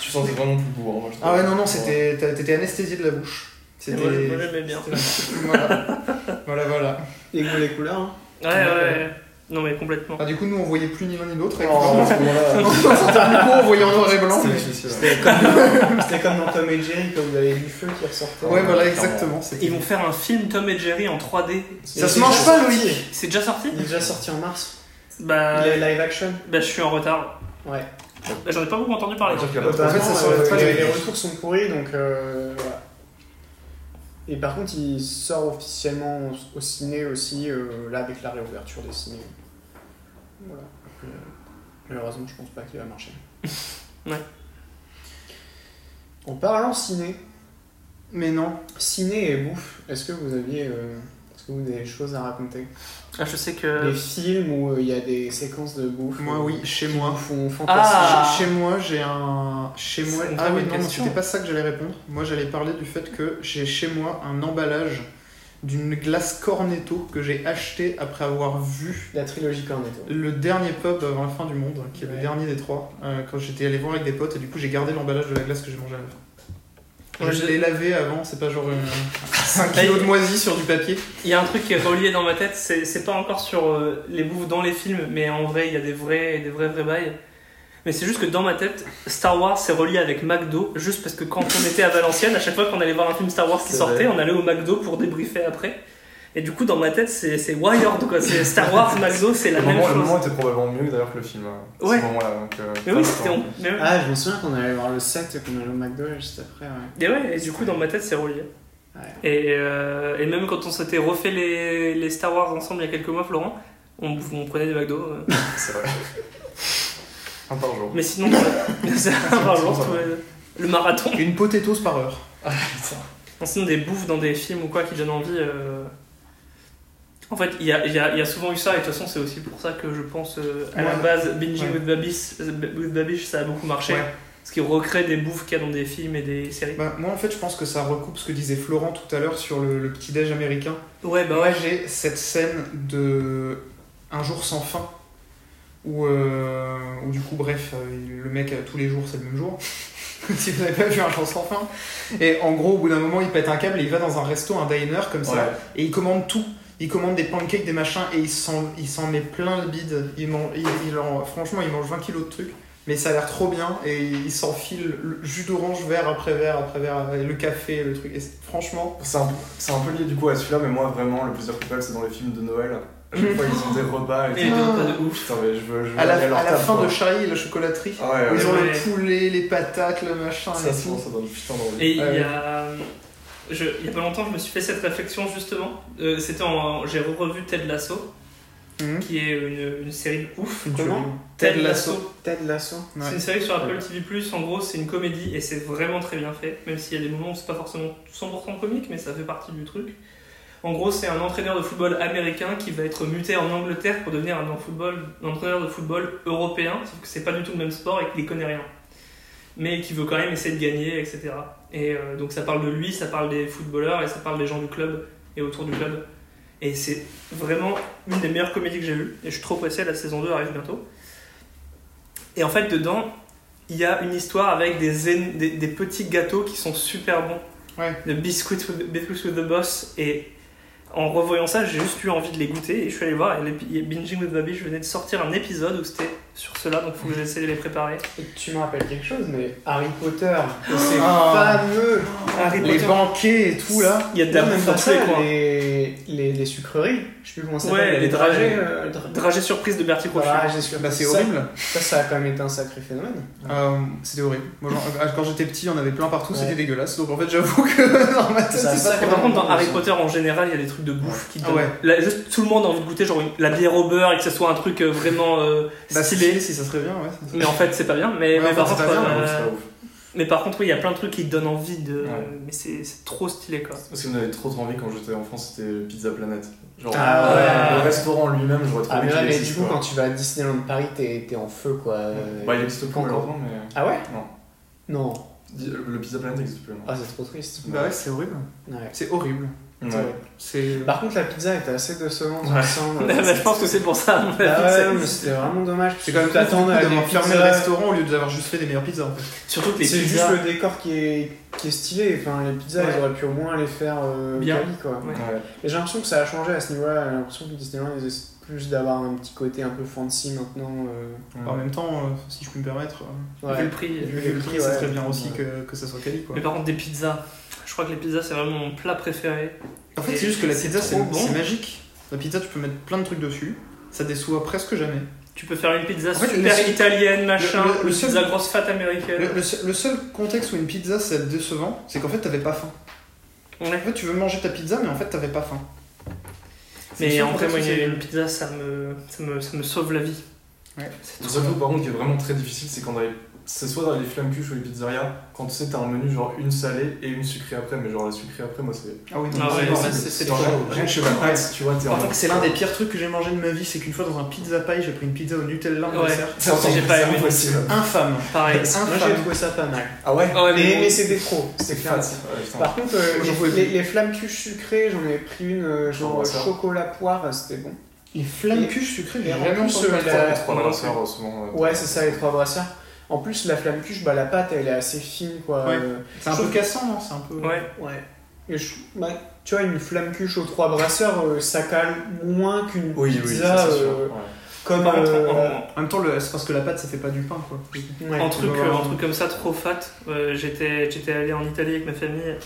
Tu sentais vraiment plus bourre. moi, je te- Ah ouais, non, non, c'était. t'as- T'étais anesthésié de la bouche. Et C'était. Moi, moi, j'aimais bien. voilà. voilà, voilà. Les goûts, les couleurs. hein. Ouais, ouais. Non, mais complètement. Enfin, Ah, du coup, nous, on voyait plus ni l'un ni l'autre. Et Oh, à ce moment-là, on voyait en noir et blanc. c'était mais- difficile. C'était comme, c'était comme dans Tom et Jerry, quand vous avez du feu qui ressortait. Ouais, voilà, exactement. Ils c'était- vont faire un film Tom et Jerry en 3D. Ça se Il est mange déjà pas, sorti. Loïc. C'est déjà sorti Il est déjà sorti en mars. Bah, Il est live action. bah, je suis en retard. Ouais. Bah, J'en ai pas beaucoup entendu On va parler. dire qu'il y a pas trop- Notamment, ça sort euh, pas les- les, les retours sont pourris, donc euh, voilà. Et par contre, il sort officiellement au- au ciné aussi, euh, là, avec la réouverture des ciné. Voilà. Donc, euh, malheureusement, je pense pas qu'il va marcher. Ouais. En parlant ciné, Mais non. ciné et bouffe, est-ce que vous aviez... euh, est-ce que vous avez des choses à raconter Ah, je sais Des que. films où euh, il y a des séquences de bouffe. Moi, euh, oui, chez qui moi. vous font Ah. fantastique. Chez chez moi, j'ai un. Chez moi. C'est une Ah très oui, bonne non, non, question. c'était pas ça que j'allais répondre. Moi, j'allais parler du fait que j'ai chez moi un emballage d'une glace Cornetto que j'ai acheté après avoir vu La trilogie Cornetto. le dernier pub avant la fin du monde, qui est Ouais. le dernier des trois, euh, quand j'étais allé voir avec des potes, et du coup, j'ai gardé l'emballage de la glace que j'ai mangé à la fin. Ouais, je je- l'ai lavé avant, c'est pas genre euh, 5 Ah, kilos il- de moisi sur du papier. Il y a un truc qui est relié dans ma tête, c'est c'est pas encore sur euh, les bouffes dans les films, mais en vrai, il y a des vrais, des vrais, vrais bails. Mais c'est juste que dans ma tête, Star Wars c'est relié avec McDo, juste parce que quand on était à Valenciennes, à chaque fois qu'on allait voir un film Star Wars qui C'est sortait, vrai. on allait au McDo pour débriefer après. Et du coup, dans ma tête, c'est c'est wired quoi. C'est Star Wars, McDo, c'est la Le même moment, le moment chose. était probablement mieux d'ailleurs que le film. hein, à Ouais. Ce moment-là, donc, euh, Mais oui, pas c'était. tant. on- Mais ouais. Ah, je me souviens qu'on allait voir le 7 et qu'on allait au McDo juste après, ouais. Et ouais, et du coup, dans ma tête, c'est relié. Ouais. Et, euh, et même quand on s'était refait les, les Star Wars ensemble il y a quelques mois, Florent, on, on prenait des McDo. euh. C'est vrai. Un par jour. Mais sinon, ouais. c'est un par jour, tout, euh, le marathon. Une potatoes par heure. Non, Sinon, des bouffes dans des films ou quoi qui donnent envie. euh, En fait, il y a, il y a- il y a souvent eu ça, et de toute façon, c'est aussi pour ça que je pense euh, à la Ouais. base, Binging Ouais. with, Babish, with Babish, ça a beaucoup marché. Ouais. Parce qu'ils recréent des bouffes qu'il y a dans des films et des séries. Bah, moi en fait je pense que ça recoupe ce que disait Florent tout à l'heure sur le, le petit déj américain. Ouais, bah Moi ouais. j'ai cette scène de Un jour sans fin où, euh, où du coup bref euh, il- le mec euh, tous les jours c'est le même jour. si vous n'avez pas vu Un jour sans fin. Et en gros au bout d'un moment il pète un câble et il va dans un resto, un diner comme ça. Ouais. Et il commande tout. Il commande des pancakes, des machins, et il s'en, il s'en met plein le bide. Il man- il, il en- franchement, il mange 20 kilos de trucs. Mais ça a l'air trop bien. Et il s'enfile le jus d'orange verre après verre après verre, et le café, le truc. Et c'est- franchement, C'est un, c'est un peu lié du coup à celui-là, mais moi vraiment, le plaisir coupable, c'est dans les films de Noël. À chaque fois, ils ont des repas et Et les tout. deux pas de ouf. Putain, mais je veux, je veux à la, aller leur à la table, fin quoi. de Charlie et la chocolaterie, Ah ouais, ouais, ils ont ouais. le poulet, les patates, le machin. Ça, et souvent, tout. ça donne putain d'envie. Et il y Ouais. a. je- il y a pas longtemps, je me suis fait cette réflexion justement. Euh, C'était en- J'ai revu Ted Lasso, Mhm. qui est une, une série de ouf. Comment Ted Ted Lasso. Lasso. Ted Lasso Ouais. C'est une série sur Apple TV+, en gros c'est une comédie et c'est vraiment très bien fait, même s'il y a des moments où c'est pas forcément 100% comique, mais ça fait partie du truc. En gros c'est un entraîneur de football américain qui va être muté en Angleterre pour devenir un, en- football- un entraîneur de football européen, sauf que c'est pas du tout le même sport et qu'il y connaît rien. Mais qui veut quand même essayer de gagner, etc. Et euh, donc ça parle de lui, ça parle des footballeurs et ça parle des gens du club et autour du club. Et c'est vraiment une des meilleures comédies que j'ai vues et je suis trop pressé, la saison 2 arrive bientôt. Et en fait, dedans, il y a une histoire avec des, en- des, des petits gâteaux qui sont super bons. Ouais. Le biscuit with, biscuits with the boss. Et en revoyant ça, j'ai juste eu envie de les goûter. Et je suis allé voir. Et l'épi- Binging with Baby, je venais de sortir un épisode où c'était sur cela. Donc il faut que j'essaie de les préparer. Tu me rappelles quelque chose, mais Harry Potter, et c'est Ah. fameux Harry Les Potter. banquets et tout là. Il y a de la Non, même bouffe pas dans tous les ça, coins. les, les, les sucreries, je sais plus comment ça Ouais, s'appelle, les dragées. euh, dra- Dragée surprise de Bertie Crochu. Voilà, j'ai su- Bah, c'est ça- horrible. Ça, ça a quand même été un sacré phénomène. Euh, c'était horrible. Moi, j'en- euh, quand j'étais petit, il y en avait plein partout, Ouais. c'était dégueulasse. Donc en fait, j'avoue que dans ma tête, Ça, c'est ça, ça. Et par contre, dans Ouais. Harry Potter en général, il y a des trucs de bouffe qui te Ah ouais. donnent- Là, juste tout le monde a envie de goûter, genre une- la bière au beurre et que ce soit un truc euh, vraiment euh, Bah, stylé. si ça serait bien, ouais. ça- Mais en fait, c'est pas bien. Mais, Ouais, mais enfin, par c'est contre, pas bien, euh, C'est pas ouf. mais par contre, oui, il y a plein de trucs qui te donnent envie de. Ouais. Mais c'est c'est trop stylé, quoi. Parce que vous avez trop trop envie quand j'étais en France, c'était Pizza Planet. Genre, Ah ouais. le restaurant lui-même, j'aurais trop Ah, envie mais, ouais, qu'il mais existe, du coup, quoi. quand tu vas à Disneyland Paris, t'es t'es en feu, quoi. euh, Bah, il existe plus quand- malheureusement, mais. Ah ouais Non. Non. Le Pizza Planet n'existe plus. non. Ah, c'est trop triste. Bah ouais, c'est horrible. Ouais. C'est horrible. c'est Ouais. vrai. C'est. Par contre, la pizza était assez décevante, il Ouais. me semble. Bah, je pense que c'est pour ça. à mon avis, Ah ouais, c'est- non, mais c'était vraiment dommage. C'est quand même t'attends cool, du coup, à des d'avoir fermé le pizzas. restaurant au lieu d'avoir juste fait des meilleures pizzas. En fait. Surtout que les C'est pizzas. juste le décor qui est, qui est stylé. Enfin, les pizzas, Ouais. ils auraient pu au moins les faire euh, Bien. quali, quoi. Ouais. Ouais. Et j'ai l'impression que ça a changé à ce niveau-là. J'ai l'impression que Disneyland ils essaient plus d'avoir un petit côté un peu fancy maintenant. euh, En même temps, euh, si je puis me permettre, euh, Vu ouais. le prix. Vu vu le prix, ça ouais. serait bien aussi Ouais. que, que ça soit quali. Quoi. Mais par contre, des pizzas. Je crois que les pizzas, c'est vraiment mon plat préféré. En fait, c'est juste que la pizza, c'est trop bon. c'est magique. La pizza, tu peux mettre plein de trucs dessus. Ça déçoit presque jamais. Tu peux faire une pizza En fait, super le- italienne, machin, le- le une seul- pizza grosse fat Le, américaine. le seul, le seul contexte où une pizza, c'est décevant, c'est qu'en fait, t'avais pas faim. Ouais. En fait, tu veux manger ta pizza, mais en fait, t'avais pas faim. C'est le Mais seul en vrai, moi, contexte où c'est- une, une pizza, ça me, ça, me, ça me sauve la vie. Ouais. C'est Le trop seul bon. truc par contre qui est vraiment très difficile, c'est quand on avait- c'est soit dans les flammes-cuches ou les pizzerias, quand tu sais t'as un menu genre une salée et une sucrée après, mais genre la sucrée après moi c'est... Ah oui, non, Ah mais ouais, c'est- c'est- c'est- c'est genre, trop- rien que chez la pâte, tu vois, t'es en... Par contre, c'est l'un des pires trucs que j'ai mangé de ma vie, c'est qu'une fois dans un pizza pie, j'ai pris une pizza au Nutella en Ouais. Ah, dessert. C'est encore J'ai plus pas aimé. impossible. Infâme. Pareil. Moi j'ai trouvé ça pas mal. Ah ouais Ah ouais, mais mais mais c'était trop, c'était C'est clair. fat. Ouais, putain. Par contre, euh, Moi, j'en les- pouvais les, plus. les flammes cuches sucrées, j'en avais pris une euh, genre J'adore ça. chocolat poire, euh, c'était bon. Les flammes cuches sucrées, Et j'ai en jamais plus, entendu euh, parler. la- Les trois brasseurs souvent... euh, Ouais, c'est ça, les trois brassières. En plus, la flamme cuche, bah, la pâte, elle est assez fine, quoi. Ouais. Euh, C'est un Sauf peu cassant, non C'est un peu. Ouais. Ouais. Et je- bah, tu vois, une flamme cuche aux trois brasseurs, euh, ça cale moins qu'une Oui, oui, pizza ça, c'est sûr. euh, ouais. comme. Par contre, en- euh, En même temps, le- c'est parce que la pâte, ça fait pas du pain, quoi. ouais. En truc, voilà. euh, en truc comme ça, trop fat. euh, j'étais, j'étais allé en Italie avec ma famille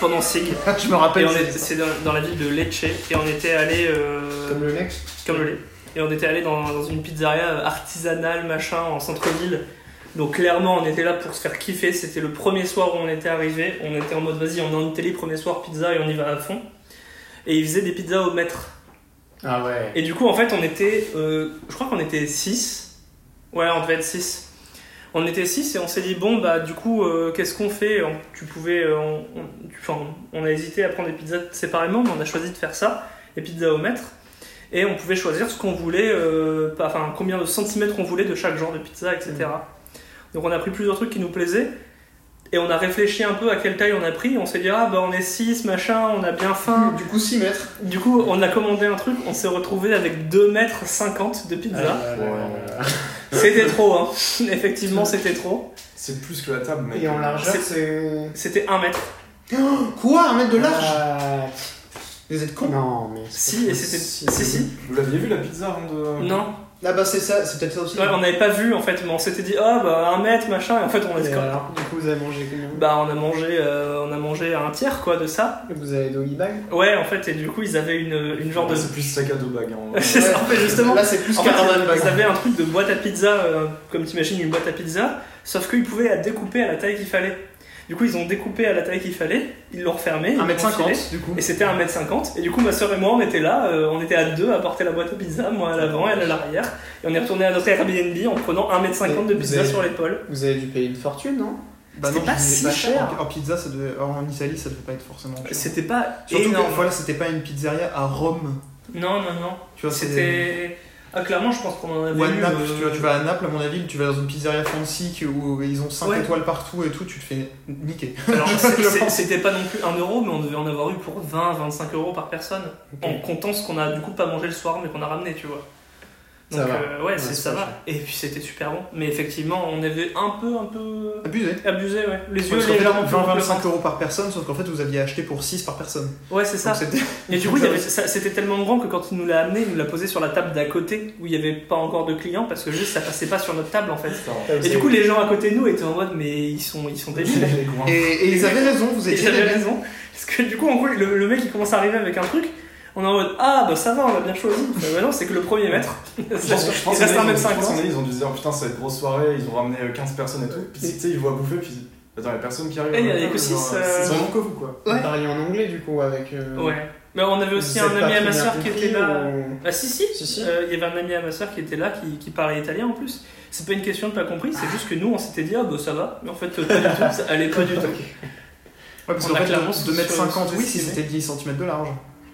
pendant Sig. je me Et rappelle. on est- c'est dans, dans la ville de Lecce. Et on était allé euh, Comme le next. comme le lait. Et on était allé dans, dans une pizzeria euh, artisanale, machin, en centre-ville. Donc clairement, on était là pour se faire kiffer. C'était le premier soir où on était arrivé. On était en mode vas-y, on est en Italie, premier soir pizza et on y va à fond. Et ils faisaient des pizzas au mètre. Ah ouais. Et du coup, en fait, on était. euh, je crois qu'on était 6. Ouais, on devait être 6. On était 6 et on s'est dit, bon, bah, du coup, euh, qu'est-ce qu'on fait on, Tu pouvais. euh, on, on- tu- enfin, on a hésité à prendre des pizzas séparément, mais on a choisi de faire ça, les pizzas au mètre. Et on pouvait choisir ce qu'on voulait, euh, pas- enfin, combien de centimètres on voulait de chaque genre de pizza, etc. Donc, on a pris plusieurs trucs qui nous plaisaient. Et on a réfléchi un peu à quelle taille on a pris. On s'est dit, ah, bah, on est 6, machin, on a bien faim. Du coup, 6 mètres. Du coup, on a commandé un truc, on s'est retrouvé avec 2 mètres 50 de pizza. Ah, là, là, là, là. C'était trop, hein. Effectivement, c'était trop. C'est plus que la table, mais. Et en largeur, c'est. C'était 1 mètre. Quoi Un mètre de large Ah, Vous êtes con Non, mais. c'est Si, pas et c'était. possible. Si, si. Vous l'aviez vu la pizza avant de. Non. Ah bah c'est ça, c'est peut-être ça aussi. Ouais, on n'avait pas vu en fait, mais on s'était dit, ah bah 1 mètre, machin, et en fait, on Et est. alors, du coup, vous avez mangé combien Bah, on a mangé, euh, on a mangé un tiers quoi de ça. Vous avez doggy bag Ouais, en fait, et du coup, ils avaient une, une genre de. C'est plus sac à dos bague. hein, en vrai. C'est ça, en fait, justement. Là, c'est plus En fait, caravan ils bag. avaient un truc de boîte à pizza, euh, comme t'imagines une boîte à pizza, sauf qu'ils pouvaient la découper à la taille qu'il fallait. Du coup, ils ont découpé à la taille qu'il fallait, ils l'ont refermé. ils l'ont 1m50 filé, du coup. Et c'était 1m50. Et du coup, ma soeur et moi, on était là, euh, on était à deux à porter la boîte à pizza, moi à l'avant, elle à l'arrière. Et on est retourné à notre Airbnb en prenant 1m50 de Vous pizza avez- sur l'épaule. Vous avez dû payer une fortune, non Bah c'était non, pas je disais si cher. En, en pizza, ça devait, en en Italie, ça devait pas être forcément. cher. C'était pas Surtout que énorme. voilà, c'était pas une pizzeria à Rome. Non, non, non. Tu vois, c'est des- C'était. Ah, clairement, je pense qu'on en avait Ou à eu, Naples, euh, tu, vois, tu vas à Naples, à mon avis, tu vas dans une pizzeria fancy qui- où ils ont 5 Ouais. étoiles partout et tout, tu te fais niquer. Alors, c'est- Je c'est- pense. c'était pas non plus 1 euro, mais on devait en avoir eu pour 20, 25 euros par personne. En comptant ce qu'on a du coup pas mangé le soir, mais qu'on a ramené, tu vois. Donc, Ça va. euh, ouais, c'est- c'est ça pas va. Et puis, c'était super bon. Mais effectivement, on avait un peu, un peu Abusé. abusé, ouais. Les yeux Parce qu'en fait, légèrement 20, plus 25 euros par personne, sauf qu'en fait, vous aviez acheté pour 6 par personne. Ouais, c'est ça. Donc c'était- Et du coup, il y avait- ça- c'était tellement grand que quand il nous l'a amené, il nous l'a posé sur la table d'à côté où il n'y avait pas encore de clients parce que juste ça passait pas sur notre table en fait. Et du coup, les gens à côté de nous étaient en mode, mais ils sont, ils sont débiles. Les grands- Et, et ils avaient raison, vous Et étiez j'avais les- raison. Parce que du coup, en gros, le, le mec il commence à arriver avec un truc. On est en mode Ah bah ça va, on a bien choisi. Enfin, bah non, c'est que le premier mètre. Je pense- je il pense que reste les mecs, 1m50. Ils ont dû se dire oh, putain, ça va être grosse soirée, ils ont ramené euh, 15 personnes et tout. Puis tu sais, ils voient bouffer, puis ils disent, attends, les personnes qui arrivent. Eh, il y en euh, avait que genre, six, euh, euh, C'est vraiment que vous quoi. Vous parliez en anglais, du coup, avec. euh, Ouais. Mais on avait aussi vous un êtes ami pas à ma très soeur bien qui compris, était là. ou- Ah si si Euh, Si, Il si. y avait un ami à ma soeur qui était là qui, qui parlait italien en plus. C'est pas une question de pas compris, c'est juste que nous on s'était dit Ah bah ça va. Mais en fait, pas du tout, ça allait pas du tout. Ouais, parce On qu'en a fait, clairement 2m50, oui, si sous-estimé. c'était 10 cm de large.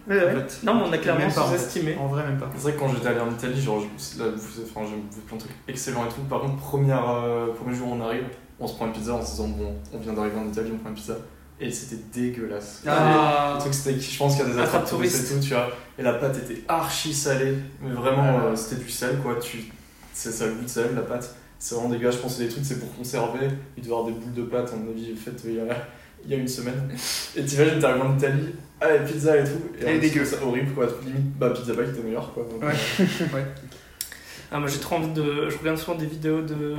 Ouais, ouais. En fait. Non, mais on a clairement Même pas, en fait. sous-estimé. En vrai, même pas. C'est vrai que quand j'étais allé en Italie, genre, je- là, vous- enfin, j'ai bouffé plein de trucs excellents et tout. Par contre, première, euh, premier jour, où on arrive, on se prend une pizza en se disant, bon, on vient d'arriver en Italie, on prend une pizza. Et c'était dégueulasse. Ah. Le truc, c'était que je pense qu'il y a des Attrape attrapes touristes touristes. et tout, tu vois. Et la pâte était archi salée. Mais vraiment, Ouais. euh, c'était du sel, quoi. Tu... C'est ça le goût de sel, la pâte. C'est vraiment dégueulasse. Je pense que les trucs, c'est pour conserver. Il doit y avoir des boules de pâte, à mon avis, faites euh, il y a, il y a une semaine. Et t'imagines, t'arrives en Italie, ah, la pizza et tout. Et Elle en est dessous, dégueu. C'est horrible, quoi. Limite, bah, pizza bag était meilleur, quoi. Donc, euh, Ouais. Ah, moi j'ai trop envie de. Je regarde souvent des vidéos de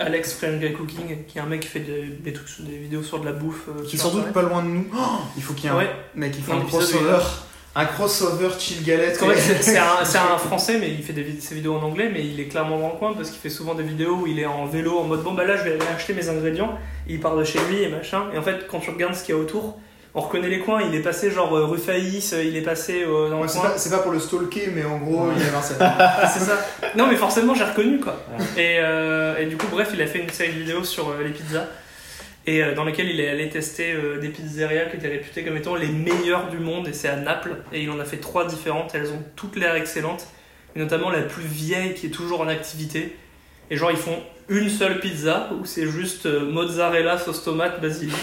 Alex French Guy Cooking, qui est un mec qui fait des, des trucs sur- des vidéos sur de la bouffe. euh, Qui est sur sans doute Internet. pas loin de nous. Oh, il faut qu'il y ait un Ouais, mec, il faut Un un épisode crossover. Un crossover chill galette. parce qu'en fait, c'est- c'est un, c'est un français, mais il fait des, vid- ses vidéos en anglais, mais il est clairement dans le coin parce qu'il fait souvent des vidéos où il est en vélo en mode bon bah là je vais aller acheter mes ingrédients, il part de chez lui et machin. Et en fait, quand tu regardes ce qu'il y a autour, on reconnaît les coins, il est passé genre euh, rue Faïs, euh, il est passé euh, dans Ouais, le c'est coin. pas, c'est pas pour le stalker, mais en gros, il y avait un Bah, set. Ah, c'est ça. Non, mais forcément, j'ai reconnu quoi. Et, euh, et du coup, bref, il a fait une série de vidéos sur euh, les pizzas. Et euh, dans lesquelles il est allé tester euh, des pizzerias qui étaient réputées comme étant les meilleures du monde. Et c'est à Naples. Et il en a fait trois différentes. Elles ont toutes l'air excellentes. Et notamment la plus vieille qui est toujours en activité. Et genre, ils font une seule pizza où c'est juste euh, mozzarella, sauce tomate, basilic.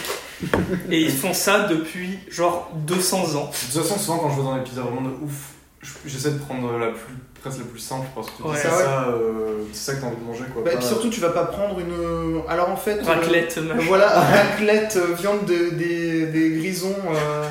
Et ils font ça depuis genre 200 De ans. toute façon, souvent, quand je vois dans les pizzas vraiment de ouf, je- j'essaie de prendre la plus, presque la plus simple parce que Ouais. c'est Ah ouais. ça, euh, c'est ça que t'as envie de manger quoi. Bah, et pas- puis surtout, tu vas pas prendre une. Alors en fait. euh, Raclette, machin. Voilà, raclette, euh, viande de- des, des grisons. euh,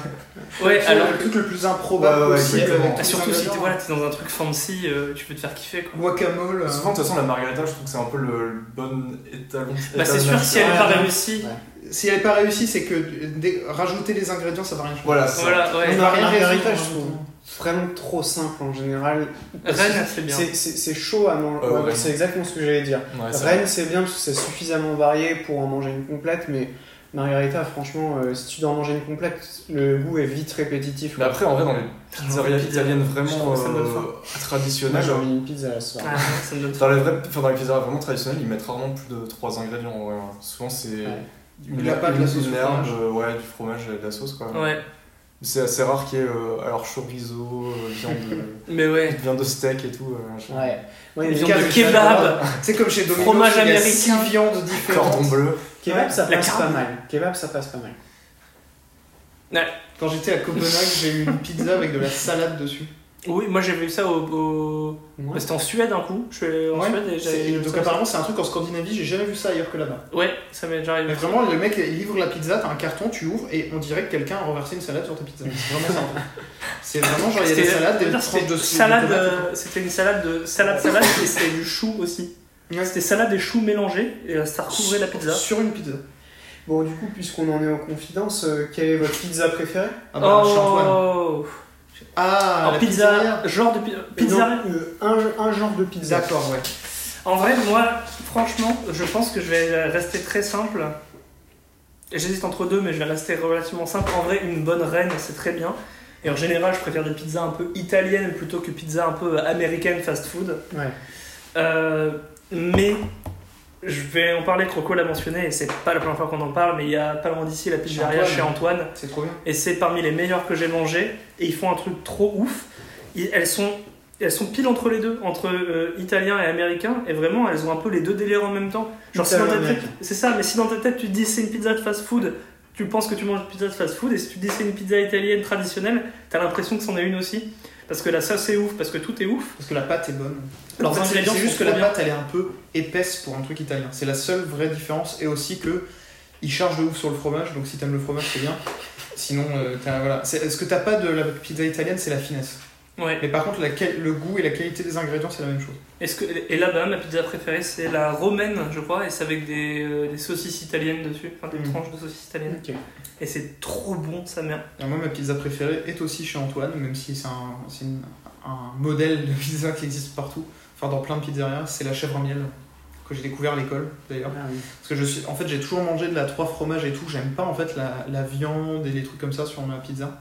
Ouais, tout- alors. le truc le plus improbable Ouais, ouais, possible. exactement. avec tous Ah, les surtout si t'es ingrédients. voilà, t'es dans un truc fancy, euh, tu peux te faire kiffer quoi. Guacamole. euh, Souvent, de toute façon, la margarita, je trouve que c'est un peu le, le bon étalon. Bah, c'est sûr, si elle ouais, n'est pas ouais. réussie, Si elle est pas réussie, c'est que dé- rajouter les ingrédients, ça va rien changer. Voilà, c'est ça. voilà, ouais. On Mais va la rien margarita, résoudre, je en même trouve. temps. Vraiment trop simple en général. Rennes, c'est bien. C'est- C'est c'est chaud à manger. Euh, Ouais, Rennes. C'est exactement ce que j'allais dire. Ouais, Ah, c'est Rennes, c'est bien parce que c'est suffisamment varié pour en manger une complète, mais margarita, franchement, euh, si tu dois en manger une complète, le goût est vite répétitif. Mais quoi. après, en vrai, dans les Putain, j'ai envie pizzerias de pizza. italiennes Je trouve vraiment que ça me donne faim. euh, Moi, traditionnelles, j'ai envie d'une pizza la soirée. Ah, ça me donne faim. dans les, vraies- enfin, dans les pizzerias vraiment traditionnelles, ils mettent rarement plus de 3 ingrédients. ouais. Souvent, c'est Ouais. De la pâte, de la sauce, une du herbe, fromage. euh, ouais, du fromage et de la sauce. quoi. Ouais, C'est assez rare qu'il y ait euh, alors chorizo, euh, viande, mais ouais. viande de steak et tout. euh, Ah. machin. Ouais. Ouais, Ils mais ont cas- cas, de je- kebab. C'est comme chez Domino's, Fromage il y a six américain. viandes différentes. Cordon bleu. Kebab, ça La passe carte. pas mal. Kebab, ça passe pas mal. Quand j'étais à Copenhague, j'ai eu une pizza avec de la salade dessus. Oui, moi j'avais eu ça au. au- Ouais. bah, C'était en Suède un coup. Je suis allé en Ouais, Suède et c'est- j'avais. donc apparemment, c'est un truc en Scandinavie, j'ai jamais vu ça ailleurs que là-bas. Ouais, ça m'est déjà Mais arrivé. vraiment, le mec, il livre la pizza, t'as un carton, tu ouvres et on dirait que quelqu'un a renversé une salade sur ta pizza. C'est vraiment ça. C'est vraiment genre, il y a des C'était- salades, des Putain, tranches de c'était de salade, tomates. euh, C'était une salade de salade, salade et c'était du chou aussi. Ouais. C'était salade et chou mélangés et euh, ça recouvrait la pizza. Sur une pizza. Bon, du coup, puisqu'on en est en confidence, euh, quelle est votre pizza préférée Ah bah, Antoine. oh Ah, En la pizza, pizzeria. genre de pi- pizza. Non, euh, un, un genre de pizza. D'accord, ouais. En vrai, moi, franchement, je pense que je vais rester très simple. J'hésite entre deux, mais je vais rester relativement simple. En vrai, une bonne reine, c'est très bien. Et en général, je préfère des pizzas un peu italiennes plutôt que pizzas un peu américaines fast food. Ouais. Euh, mais je vais en parler, Croco l'a mentionné, et c'est pas la première fois qu'on en parle, mais il y a pas loin d'ici la pizzeria Antoine. chez Antoine. C'est trop bien. et c'est parmi les meilleurs que j'ai mangé et ils font un truc trop ouf Ils- elles sont elles sont pile entre les deux entre euh, italien et américain et vraiment elles ont un peu les deux délires en même temps genre si dans ta tête Italien-américain. c'est ça mais si dans ta tête tu te dis c'est une pizza de fast food tu penses que tu manges une pizza de fast food et si tu te dis c'est une pizza italienne traditionnelle t'as l'impression que c'en est une aussi parce que la sauce est ouf parce que tout est ouf Parce que la pâte est bonne. leurs En fait, c'est- ingrédients c'est sont juste que trop la bien. pâte elle est un peu épaisse pour un truc italien. C'est la seule vraie différence et aussi que ils chargent de ouf sur le fromage donc si t'aimes le fromage c'est bien. Sinon euh, t'as- voilà. C'est- ce que t'as pas de la pizza italienne c'est la finesse. ouais Mais par contre la quali- le goût et la qualité des ingrédients c'est la même chose. Est-ce que et là-bas ma pizza préférée c'est la romaine je crois et c'est avec des, euh, des saucisses italiennes dessus enfin des Mhm. tranches de saucisses italiennes Ok. et c'est trop bon sa mère Et moi ma pizza préférée est aussi chez Antoine même si c'est un, c'est une- un modèle de pizza qui existe partout. Enfin dans plein de pizzerias c'est la chèvre en miel que j'ai découvert à l'école d'ailleurs. Ah oui. Parce que je suis, en fait, j'ai toujours mangé de la trois fromages et tout. J'aime pas en fait la, la viande et les trucs comme ça sur ma pizza.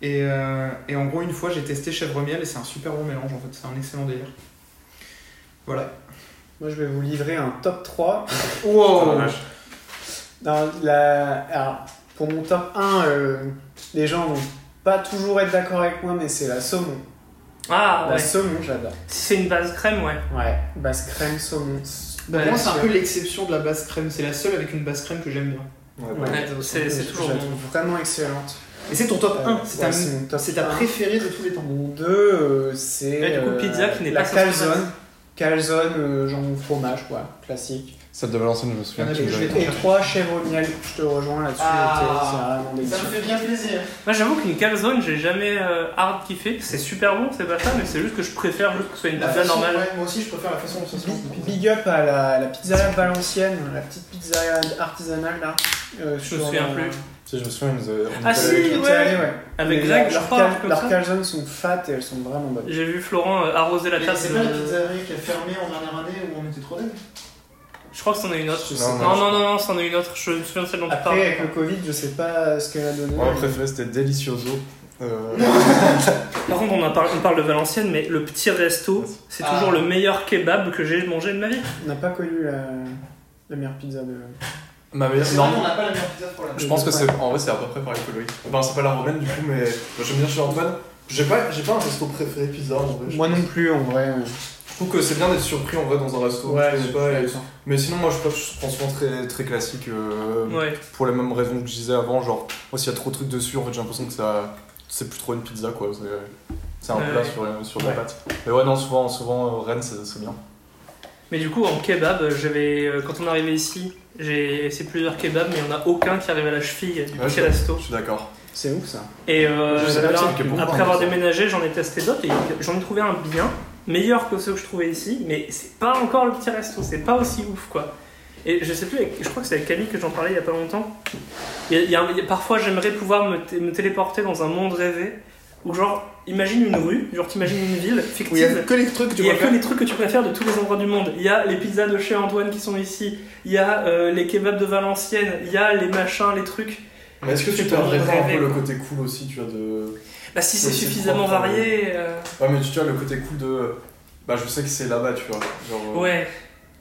Et, euh, et en gros, une fois, j'ai testé chèvre miel et c'est un super bon mélange en fait. C'est un excellent délire. Voilà. Moi, je vais vous livrer un top 3. Putain, la Wow. vache. Dans la- alors, pour mon top 1, euh, les gens vont pas toujours être d'accord avec moi, mais c'est la saumon. Ah ouais. la Bah, saumon, j'adore. Si c'est une base crème, ouais. Ouais, basse crème, saumon. Bah, Ouais, moi, c'est un sûr. peu l'exception de la basse crème. C'est la seule avec une basse crème que j'aime bien. Ouais, Ouais. bah, Ouais, c'est c'est toujours Je la bon. trouve vraiment excellente. Et c'est ton top Euh, 1. C'est ouais, ta, c'est mon top c'est ta un. préférée de tous les temps. Mon 2, euh, Là, c'est. du coup, pizza qui n'est la pas sauce tomate. calzone. Calzone, euh, jambon fromage, quoi, classique. Celle de Valenciennes, je me Il y en souviens. a que que je j'avais- vais Et 3 chèvres au miel, je te rejoins là-dessus, Ah. c'est vraiment délicieux. fait bien plaisir. Moi j'avoue qu'une calzone, j'ai jamais euh, hard kiffé. C'est super bon, c'est pas ça, mais c'est juste que je préfère juste que ce soit une La pizza façon, normale. ouais, moi aussi, je préfère la façon dont ça se mange. Big- Big up à la, la pizzeria valencienne, la petite pizzeria artisanale là. Euh, Je me sur- souviens plus. Si, je me souviens, ils nous avaient- on Ah, était si, Euh, allés- j'étais ouais. allé, ouais. Avec Mais Greg, leur- je leurs crois, un cal- truc comme leurs ça. calzones sont fat et elles sont vraiment bonnes. J'ai vu Florent euh, arroser la tasse de. qui a fermé en dernière année où on était trop dingue. Je crois que c'en est une autre. Je sais Non, pas. non, non, non, c'en est une autre. Je me souviens de celle dont tu parles. Après, avec le Covid, je sais pas ce qu'elle a donné. Moi, ma préférée, c'était Delicioso. Euh, Par contre, on, en parle, on parle de Valenciennes, mais le petit resto, c'est Ah. toujours le meilleur kebab que j'ai mangé de ma vie. On n'a pas connu la, la meilleure pizza de. ma meilleure. C'est non, vrai qu'on n'a pas la meilleure pizza pour la Je pense que c'est en vrai c'est à peu près pareil que Loïc. Enfin Ben, c'est pas la romaine du coup mais moi, j'aime bien chez Antoine. J'ai pas j'ai pas un resto préféré pizza en vrai. Moi non plus en vrai. Je trouve que c'est bien d'être surpris en vrai dans un resto. que tu connais pas, et- Mais sinon moi je pense- je prends souvent très très classique euh, Ouais. pour la même raison que je disais avant genre moi s'il y a trop de trucs dessus en fait j'ai l'impression que ça c'est plus trop une pizza quoi. C'est- C'est un Ouais, plat ouais. sur, sur Ouais. la pâte. Mais ouais, non, souvent, souvent euh, Rennes, c'est c'est bien. Mais du coup, en kebab, j'avais, euh, quand on est arrivé ici, j'ai essayé plusieurs kebabs, mais il n'y en a aucun qui arrivait à la cheville du Ouais, petit resto. Je suis d'accord. C'est ouf ça. Et euh, Je savais là, pas que c'était bon, après hein, avoir ça. déménagé, j'en ai testé d'autres et j'en ai trouvé un bien, meilleur que ceux que je trouvais ici, mais c'est pas encore le petit resto, c'est pas aussi ouf quoi. Et je sais plus, avec- je crois que c'est avec Camille que j'en parlais il y a pas longtemps. Il y a- il y a un- il y a- parfois, j'aimerais pouvoir me, té- me téléporter dans un monde rêvé où, genre, imagine une rue, genre, t'imagines une ville Où il y a fictive. que les trucs que tu Il y a vois que les trucs que tu préfères de tous les endroits du monde. Il y a les pizzas de chez Antoine qui sont ici, il y a euh, les kebabs de Valenciennes, il y a les machins, les trucs. Mais est-ce que Tu tu peux perdrais pas un rêver, peu le quoi. côté cool aussi, tu vois, de. Bah, si c'est Ouais, c'est suffisamment propre, varié. euh, Ouais, mais tu vois, le côté cool de. Bah, je sais que c'est là-bas, tu vois. Genre, euh, Ouais.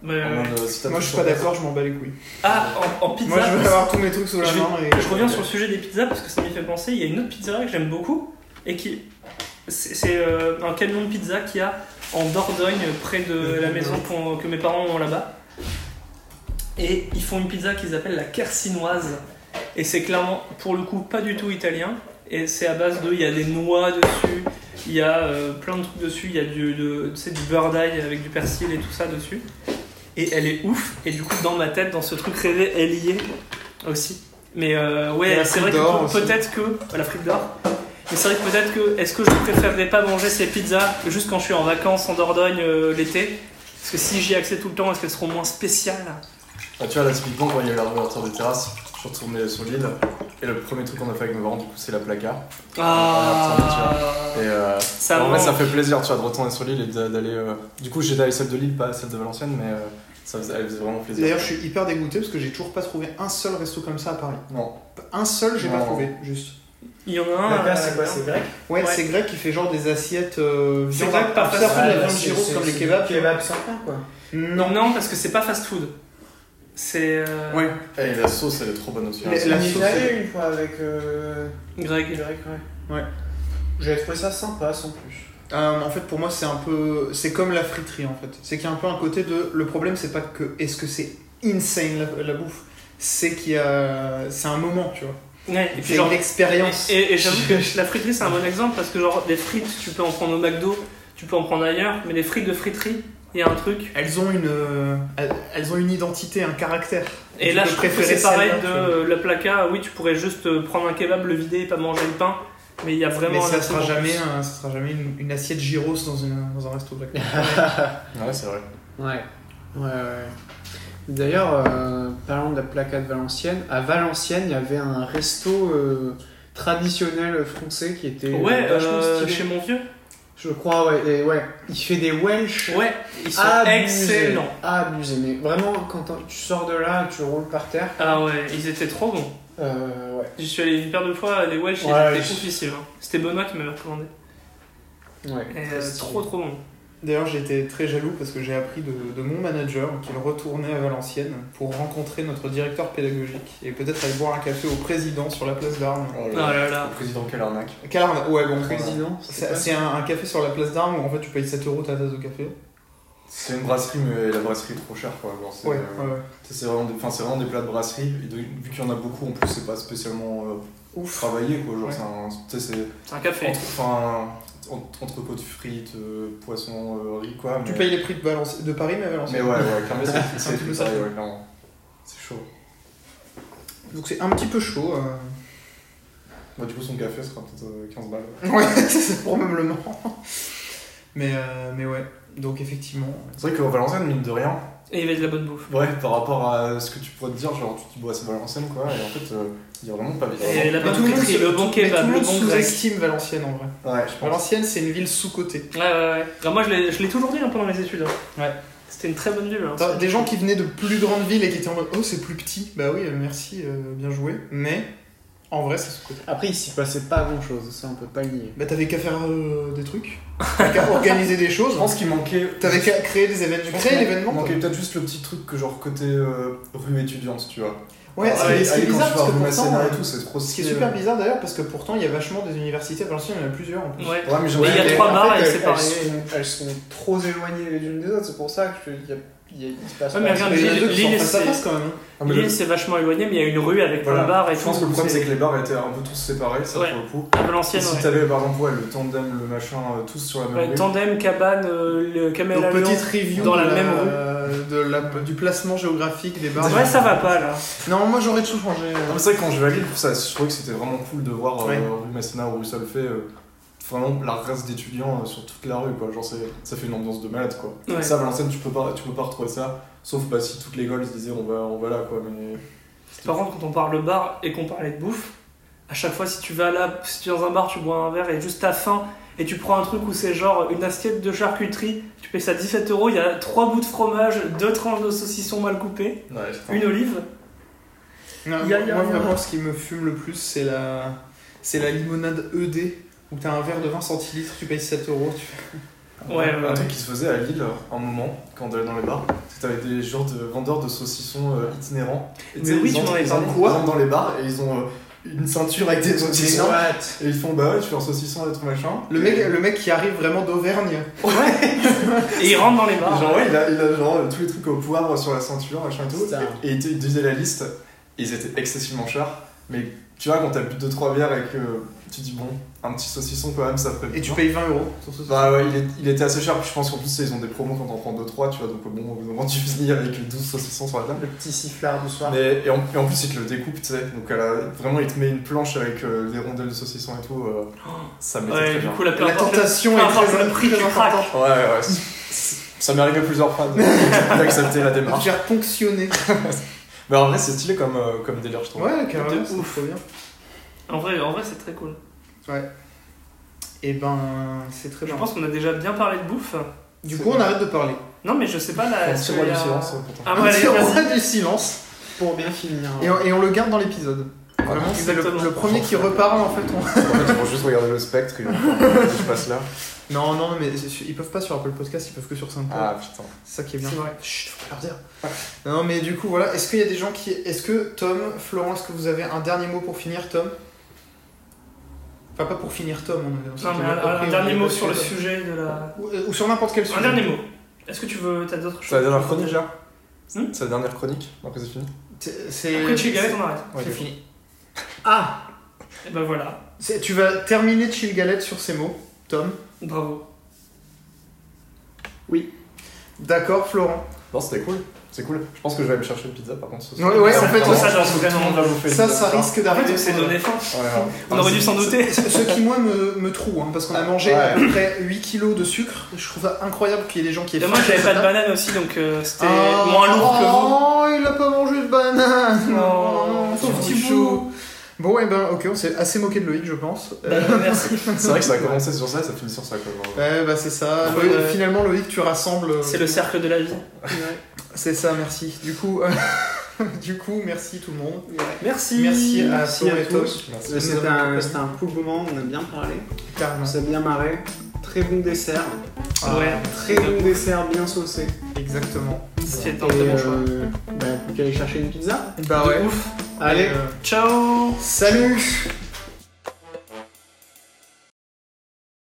Ouais, en ouais, ouais. mode, euh, si t'as Moi je tout suis sur pas d'accord, je m'en bats les couilles. Ah, en, en pizza. Moi je veux avoir tous mes trucs sous la je vais- main et. je reviens sur le sujet des pizzas parce que ça m'y fait penser. Il y a une autre pizzeria que j'aime beaucoup et qui. C'est c'est, euh, un camion de pizza qu'il y a en Dordogne près de la maison qu'on- que mes parents ont là-bas. Et ils font une pizza qu'ils appellent la Kersinoise. Et c'est clairement, pour le coup, pas du tout italien. Et c'est à base de. Il y a des noix dessus, il y a euh, plein de trucs dessus, il y a du, de, tu sais, du beurre d'ail avec du persil et tout ça dessus. Et elle est ouf. Et du coup, dans ma tête, dans ce truc rêvé, elle y est aussi. Mais euh, Et ouais, la c'est frite vrai que d'or peut- aussi. peut-être que. euh, La frite d'or. Mais c'est vrai que peut-être que. Est-ce que je préférerais pas manger ces pizzas juste quand je suis en vacances en Dordogne euh, l'été Parce que si j'y ai accès tout le temps, est-ce qu'elles seront moins spéciales Ah, tu vois, là, typiquement, quand il y a eu la réouverture des terrasses, je suis retourné sur l'île, et le premier truc qu'on a fait avec nos parents, du coup, c'est la placard. Ah. Et euh, Ça en vrai, manque. ça fait plaisir, tu vois, de retourner sur l'île et d'a- d'aller. euh, Du coup, j'étais allé celle de l'île, pas celle de Valenciennes, mais euh, ça faisait, elle faisait vraiment plaisir. D'ailleurs, je suis hyper dégoûté parce que j'ai toujours pas trouvé un seul resto comme ça à Paris. Non. Un seul, j'ai pas Non. trouvé, juste. Il y en a un. La euh, c'est quoi C'est grec Ah, Ouais, Ouais. c'est grec qui fait genre des assiettes. Euh, C'est viande grec, à- pas c'est facile. un peu de la Ouais, viande c'est- gyro c'est- comme les c'est kebabs. tu vois. Kebab sans pain, quoi. Non. Non, non, parce que c'est pas fast-food. C'est. euh, Ouais. Et la sauce, elle est trop bonne aussi. hein. Mais C'est- la On y sauce, est elle- allé une fois avec euh, Greg. Greg, ouais. Ouais. J'avais trouvé ça sympa sans plus. Euh, en fait, pour moi, c'est un peu. C'est comme la friterie en fait. C'est qu'il y a un peu un côté de. Le problème, c'est pas que. Est-ce que c'est insane la, la bouffe C'est qu'il y a. C'est un moment, tu vois. Ouais, et puis C'est genre. une expérience. Et, et j'avoue que la friterie c'est un bon exemple parce que genre des frites tu peux en prendre au McDo, tu peux en prendre ailleurs, mais les frites de friterie, il y a un truc. Elles ont une. euh, Elles, elles ont une identité, un caractère. Et Tu là peux je préfère préférer c'est pareil celle-là, de tu vois. euh, la placa, oui tu pourrais juste euh, prendre un kebab, le vider et pas manger le pain, mais il y a vraiment Mais un ça accent sera en jamais, plus. un- ça sera jamais une, une assiette gyros dans, une- dans un resto grec. Ouais, c'est vrai. Ouais. Ouais, ouais. D'ailleurs, euh, parlant de la placade Valenciennes, à Valenciennes, il y avait un resto euh, traditionnel français qui était euh, Ouais, vachement euh, stylé. chez mon vieux. Je crois, ouais, et ouais. Il fait des Welsh. Ouais, ils sont abusés. excellents. Abusés, mais vraiment, quand t'en- tu sors de là, tu roules par terre. Ah ouais, ils étaient trop bons. Euh, ouais. J'y suis allé une paire de fois, les Welsh, Ouais, ils je- étaient confissibles. hein. C'était Benoît qui m'avait recommandé. Ouais. Et, Très euh, stylé. trop trop bon. D'ailleurs, j'étais très jaloux parce que j'ai appris de, de mon manager qu'il retournait à Valenciennes pour rencontrer notre directeur pédagogique et peut-être aller boire un café au président sur la place d'Armes. Oh Oh là là. là là. Le président, quelle arnaque. Quelle arnaque Ouais, bon. Président, c'est C'est quoi c'est un, un café sur la place d'Armes où en fait tu payes 7 euros ta tasse de café. C'est une brasserie, mais la brasserie est trop chère, quoi. Genre, c'est, Ouais, euh, ouais. c'est vraiment, des- enfin, c'est vraiment des plats de brasserie, et de- vu qu'il y en a beaucoup, en plus, c'est pas spécialement euh, travaillé, quoi. Genre, Ouais. c'est un. Tu sais, c'est. C'est un café. entre- Enfin. entre- Entrepôt de frites, euh, poisson, euh, riz, quoi. Tu mais- payes les prix de, Valence- de Paris, mais à Mais Valenciennes. ouais, ouais, clairement, c'est- un petit peu c'est ça. pareil, ouais, clairement. C'est chaud. Donc c'est un petit peu chaud. euh. Bah, du coup, son café sera peut-être euh, 15 balles. Ouais, c'est probablement. Mais, euh, mais ouais, donc effectivement. C'est vrai qu'au Valenciennes, mine de rien, Et il y avait de la bonne bouffe. ouais, par rapport à ce que tu pourrais te dire, genre tu te dis, bah, c'est Valenciennes, quoi, et en fait, euh, il y a vraiment pas bien. Et la Mais bonne tout le monde friterie, se- le tout- bon mais tout kebab, le le monde bon grec. sous-estime Valenciennes en vrai. Ouais, je pense. Valenciennes, c'est une ville sous-cotée. Ouais, ouais, ouais. Alors moi, je l'ai- je l'ai toujours dit hein, pendant mes études. hein. Ouais. C'était une très bonne ville. hein. T'as Des gens qui venaient de plus grandes villes et qui étaient en mode Oh, c'est plus petit. Bah oui, euh, merci, euh, bien joué. Mais en vrai, c'est sous-coté. Après, il s'y passait pas grand chose, ça on peut pas le nier. Bah t'avais qu'à faire euh, des trucs, t'avais qu'à organiser des choses, Je pense qu'il manquait. t'avais qu'à créer des Je événements. pense Créer qu'il l'événement manquait toi. peut-être juste le petit truc que, genre, côté euh, rue étudiante, tu vois. Ah, Ouais, ce qui est- ce qui est Aller quand bizarre tu parce vas que rue pourtant. Masséna euh, et tout, c'est trop Ce qui est stylé. super bizarre d'ailleurs parce que pourtant il y a vachement des universités à Valenciennes, il y en a plusieurs en plus. Ouais. Ouais, mais Et il y a j'aurais trois en bars fait, et elles- c'est elles pareil. sont- Elles sont trop éloignées les unes des autres, c'est pour ça que je te dis, il y a Il y a- il se passe pas Ouais, mais grand- regarde, Mais il y en a Lille- deux qui sont Lille, face à c'est- face, quand même. hein. Ah, mais le- Lille, c'est vachement éloigné, mais il y a une rue avec plein Voilà. de bars et Je pense tout, que le problème c'est c'est- que les bars étaient un peu tous séparés, ça Ouais. pour le coup. À Et Valenciennes, si ouais. t'avais par exemple ouais, le tandem, le machin, euh, tous sur la même Ouais, rue. tandem, cabane, euh, le caméléon. Donc, petite review dans de la même rue. euh, de la- du placement géographique des bars. Ouais, ça va pas là. Non, moi j'aurais tout changé. Non, mais c'est vrai que quand je vais à Lille, pour ça, je trouvais que c'était vraiment cool de voir euh, Ouais. rue Masséna ou rue Solfay, euh, vraiment la race d'étudiants euh, sur toute la rue, quoi. Genre, c'est- ça fait une ambiance de malade, quoi. Ouais. Ça, à Valenciennes, tu peux pas, tu peux pas retrouver ça, sauf bah, si toute l'école se disait on va, on va là, quoi. Mais Par contre, quand on parle de bar et qu'on parlait de bouffe, à chaque fois, si tu vas là, si tu es dans un bar, tu bois un verre et juste t'as faim et tu prends un truc où c'est genre une assiette de charcuterie, tu payes ça 17 euros, il y a trois bouts de fromage, deux tranches de saucisson mal coupées, une olive. Non, Y a- y a moi, rien. vraiment, ce qui me fume le plus, c'est la, c'est la limonade ED où t'as un verre de 20 centilitres, tu payes 7 euros. tu fais- Ouais, ouais, Un ouais. truc qui se faisait à Lille, euh, un moment, quand on allait dans les bars, c'était avec des genres de vendeurs de saucissons euh, itinérants. Et tu Mais sais, oui, ils tu entrent- m'en avais ils parlé. entrent- Ils entrent dans les bars et ils ont euh, une ceinture avec des saucissons. Et ils font bah ouais, tu fais un saucisson et tout machin. Le mec, le mec qui arrive vraiment d'Auvergne. Et ils rentrent dans les bars. Genre ouais, il a, il a genre euh, tous les trucs au poivre sur la ceinture, machin et tout. Putain. Et, et il te- il disait la liste, et ils étaient excessivement chers. Mais tu vois, quand t'as plus de 2-3 bières et que tu dis bon, un petit saucisson quand même, ça ferait Et tu bien. payes 20 euros sur ce Bah ouais, il, est- il était assez cher, puis je pense qu'en plus ils ont des promos quand on prend 2-3, tu vois, donc euh, bon, au bout d'un moment tu finis avec 12 saucissons sur la table. Le petit sifflard du soir. Mais, et, en, et en plus, il te le découpe, tu sais. Donc, elle a- vraiment, il te met une planche avec euh, des rondelles de saucisson et tout. euh, ça m'était Ouais, très du bien. coup, la, La tentation est très, le prix, tu très craques. importante. Ouais, ouais. c'est- c'est- ça m'est arrivé plusieurs fois de- d'accepter la De te démarche. faire ponctionner. Mais en vrai, c'est stylé comme, euh, comme délire, je trouve. Ouais, carrément, De c'est trop bien. En vrai, en vrai c'est très cool. Et ben, c'est très Je bien. pense qu'on a déjà bien parlé de bouffe. Du c'est coup, on vrai. arrête de parler. Non, mais je sais pas là. est-ce C'est qu'il moi y du a- silence, hein. euh, pourtant. Ah, ouais, allez, C'est vas-y. roi du silence. Pour bien finir. hein. Et on, et on le garde dans l'épisode. Vraiment, c'est le, Exactement. le premier qui reparle en fait. on- En fait, ils vont juste regarder le spectre, ils vont faire, je passe là. Non, non, mais c'est sûr- ils peuvent pas sur Apple Podcast, ils peuvent que sur SoundCloud. Ah putain. C'est ça qui est bien. C'est vrai. Chut, faut pas leur dire. Non, mais du coup, voilà. Est-ce qu'il y a des gens qui. Est-ce que Tom, Florent, est-ce que vous avez un dernier mot pour finir, Tom Enfin, pas pour finir, Tom. On on s'était Non, mais bien un, compris, un on dernier avait mot pas sur le fait- sujet de la. Ou, ou sur n'importe quel sujet. Un dernier mot. Est-ce que tu veux. T'as d'autres choses C'est la dernière chronique là Hmm C'est la dernière chronique Après, c'est fini C'est. c'est- Après, Chill Galette, on arrête. C'est Ouais, fini. Ah Et ben voilà. C'est- Tu vas terminer Chill Galette sur ces mots, Tom. Bravo. D'accord, Florent. Non, c'était cool. C'est cool. Je pense que je vais aller me chercher une pizza par contre. ce soir. Ouais, ouais, en Ça, fait, ça, ouais. dans ce Tout le monde vraiment. va bouffer une Ça, pizza ça ce soir. risque En fait, d'arriver. on s'est pour- donné faim. Ouais, ouais. On aurait dû s'en douter. Ce ce qui, moi, me, me trouve, hein, parce qu'on a mangé à Ah, Ouais. peu près 8 kilos de sucre. Je trouve ça incroyable qu'il y ait des gens qui aient Et moi, faim. j'avais pas de banane aussi, donc euh, c'était Ah, moins lourd que vous. Oh, il a pas mangé de banane. Non, Oh, son pauvre petit chou. Bon, et ben, ok, on s'est assez moqué de Loïc, je pense. Euh, Bah, merci. C'est vrai que ça a commencé sur ça, ça finit sur ça quand même. ouais, bah c'est ça. Ouais, Loïc- ouais. Finalement, Loïc, tu rassembles. euh, C'est le cercle de la vie. C'est ça, merci. Du coup, euh, du coup, merci tout le monde. Merci. Merci à Merci Flo à et tous. Merci. Tom. C'était un, c'était un cool moment, on a bien parlé, on Carrément. s'est bien marré. Très bon dessert, Ouais, très bon dessert bien saucé. Exactement. c'est Et un très bon choix. euh, bah, plus qu'à aller chercher une pizza. Bah ouais. Ouf. Allez, Euh, Ciao. salut.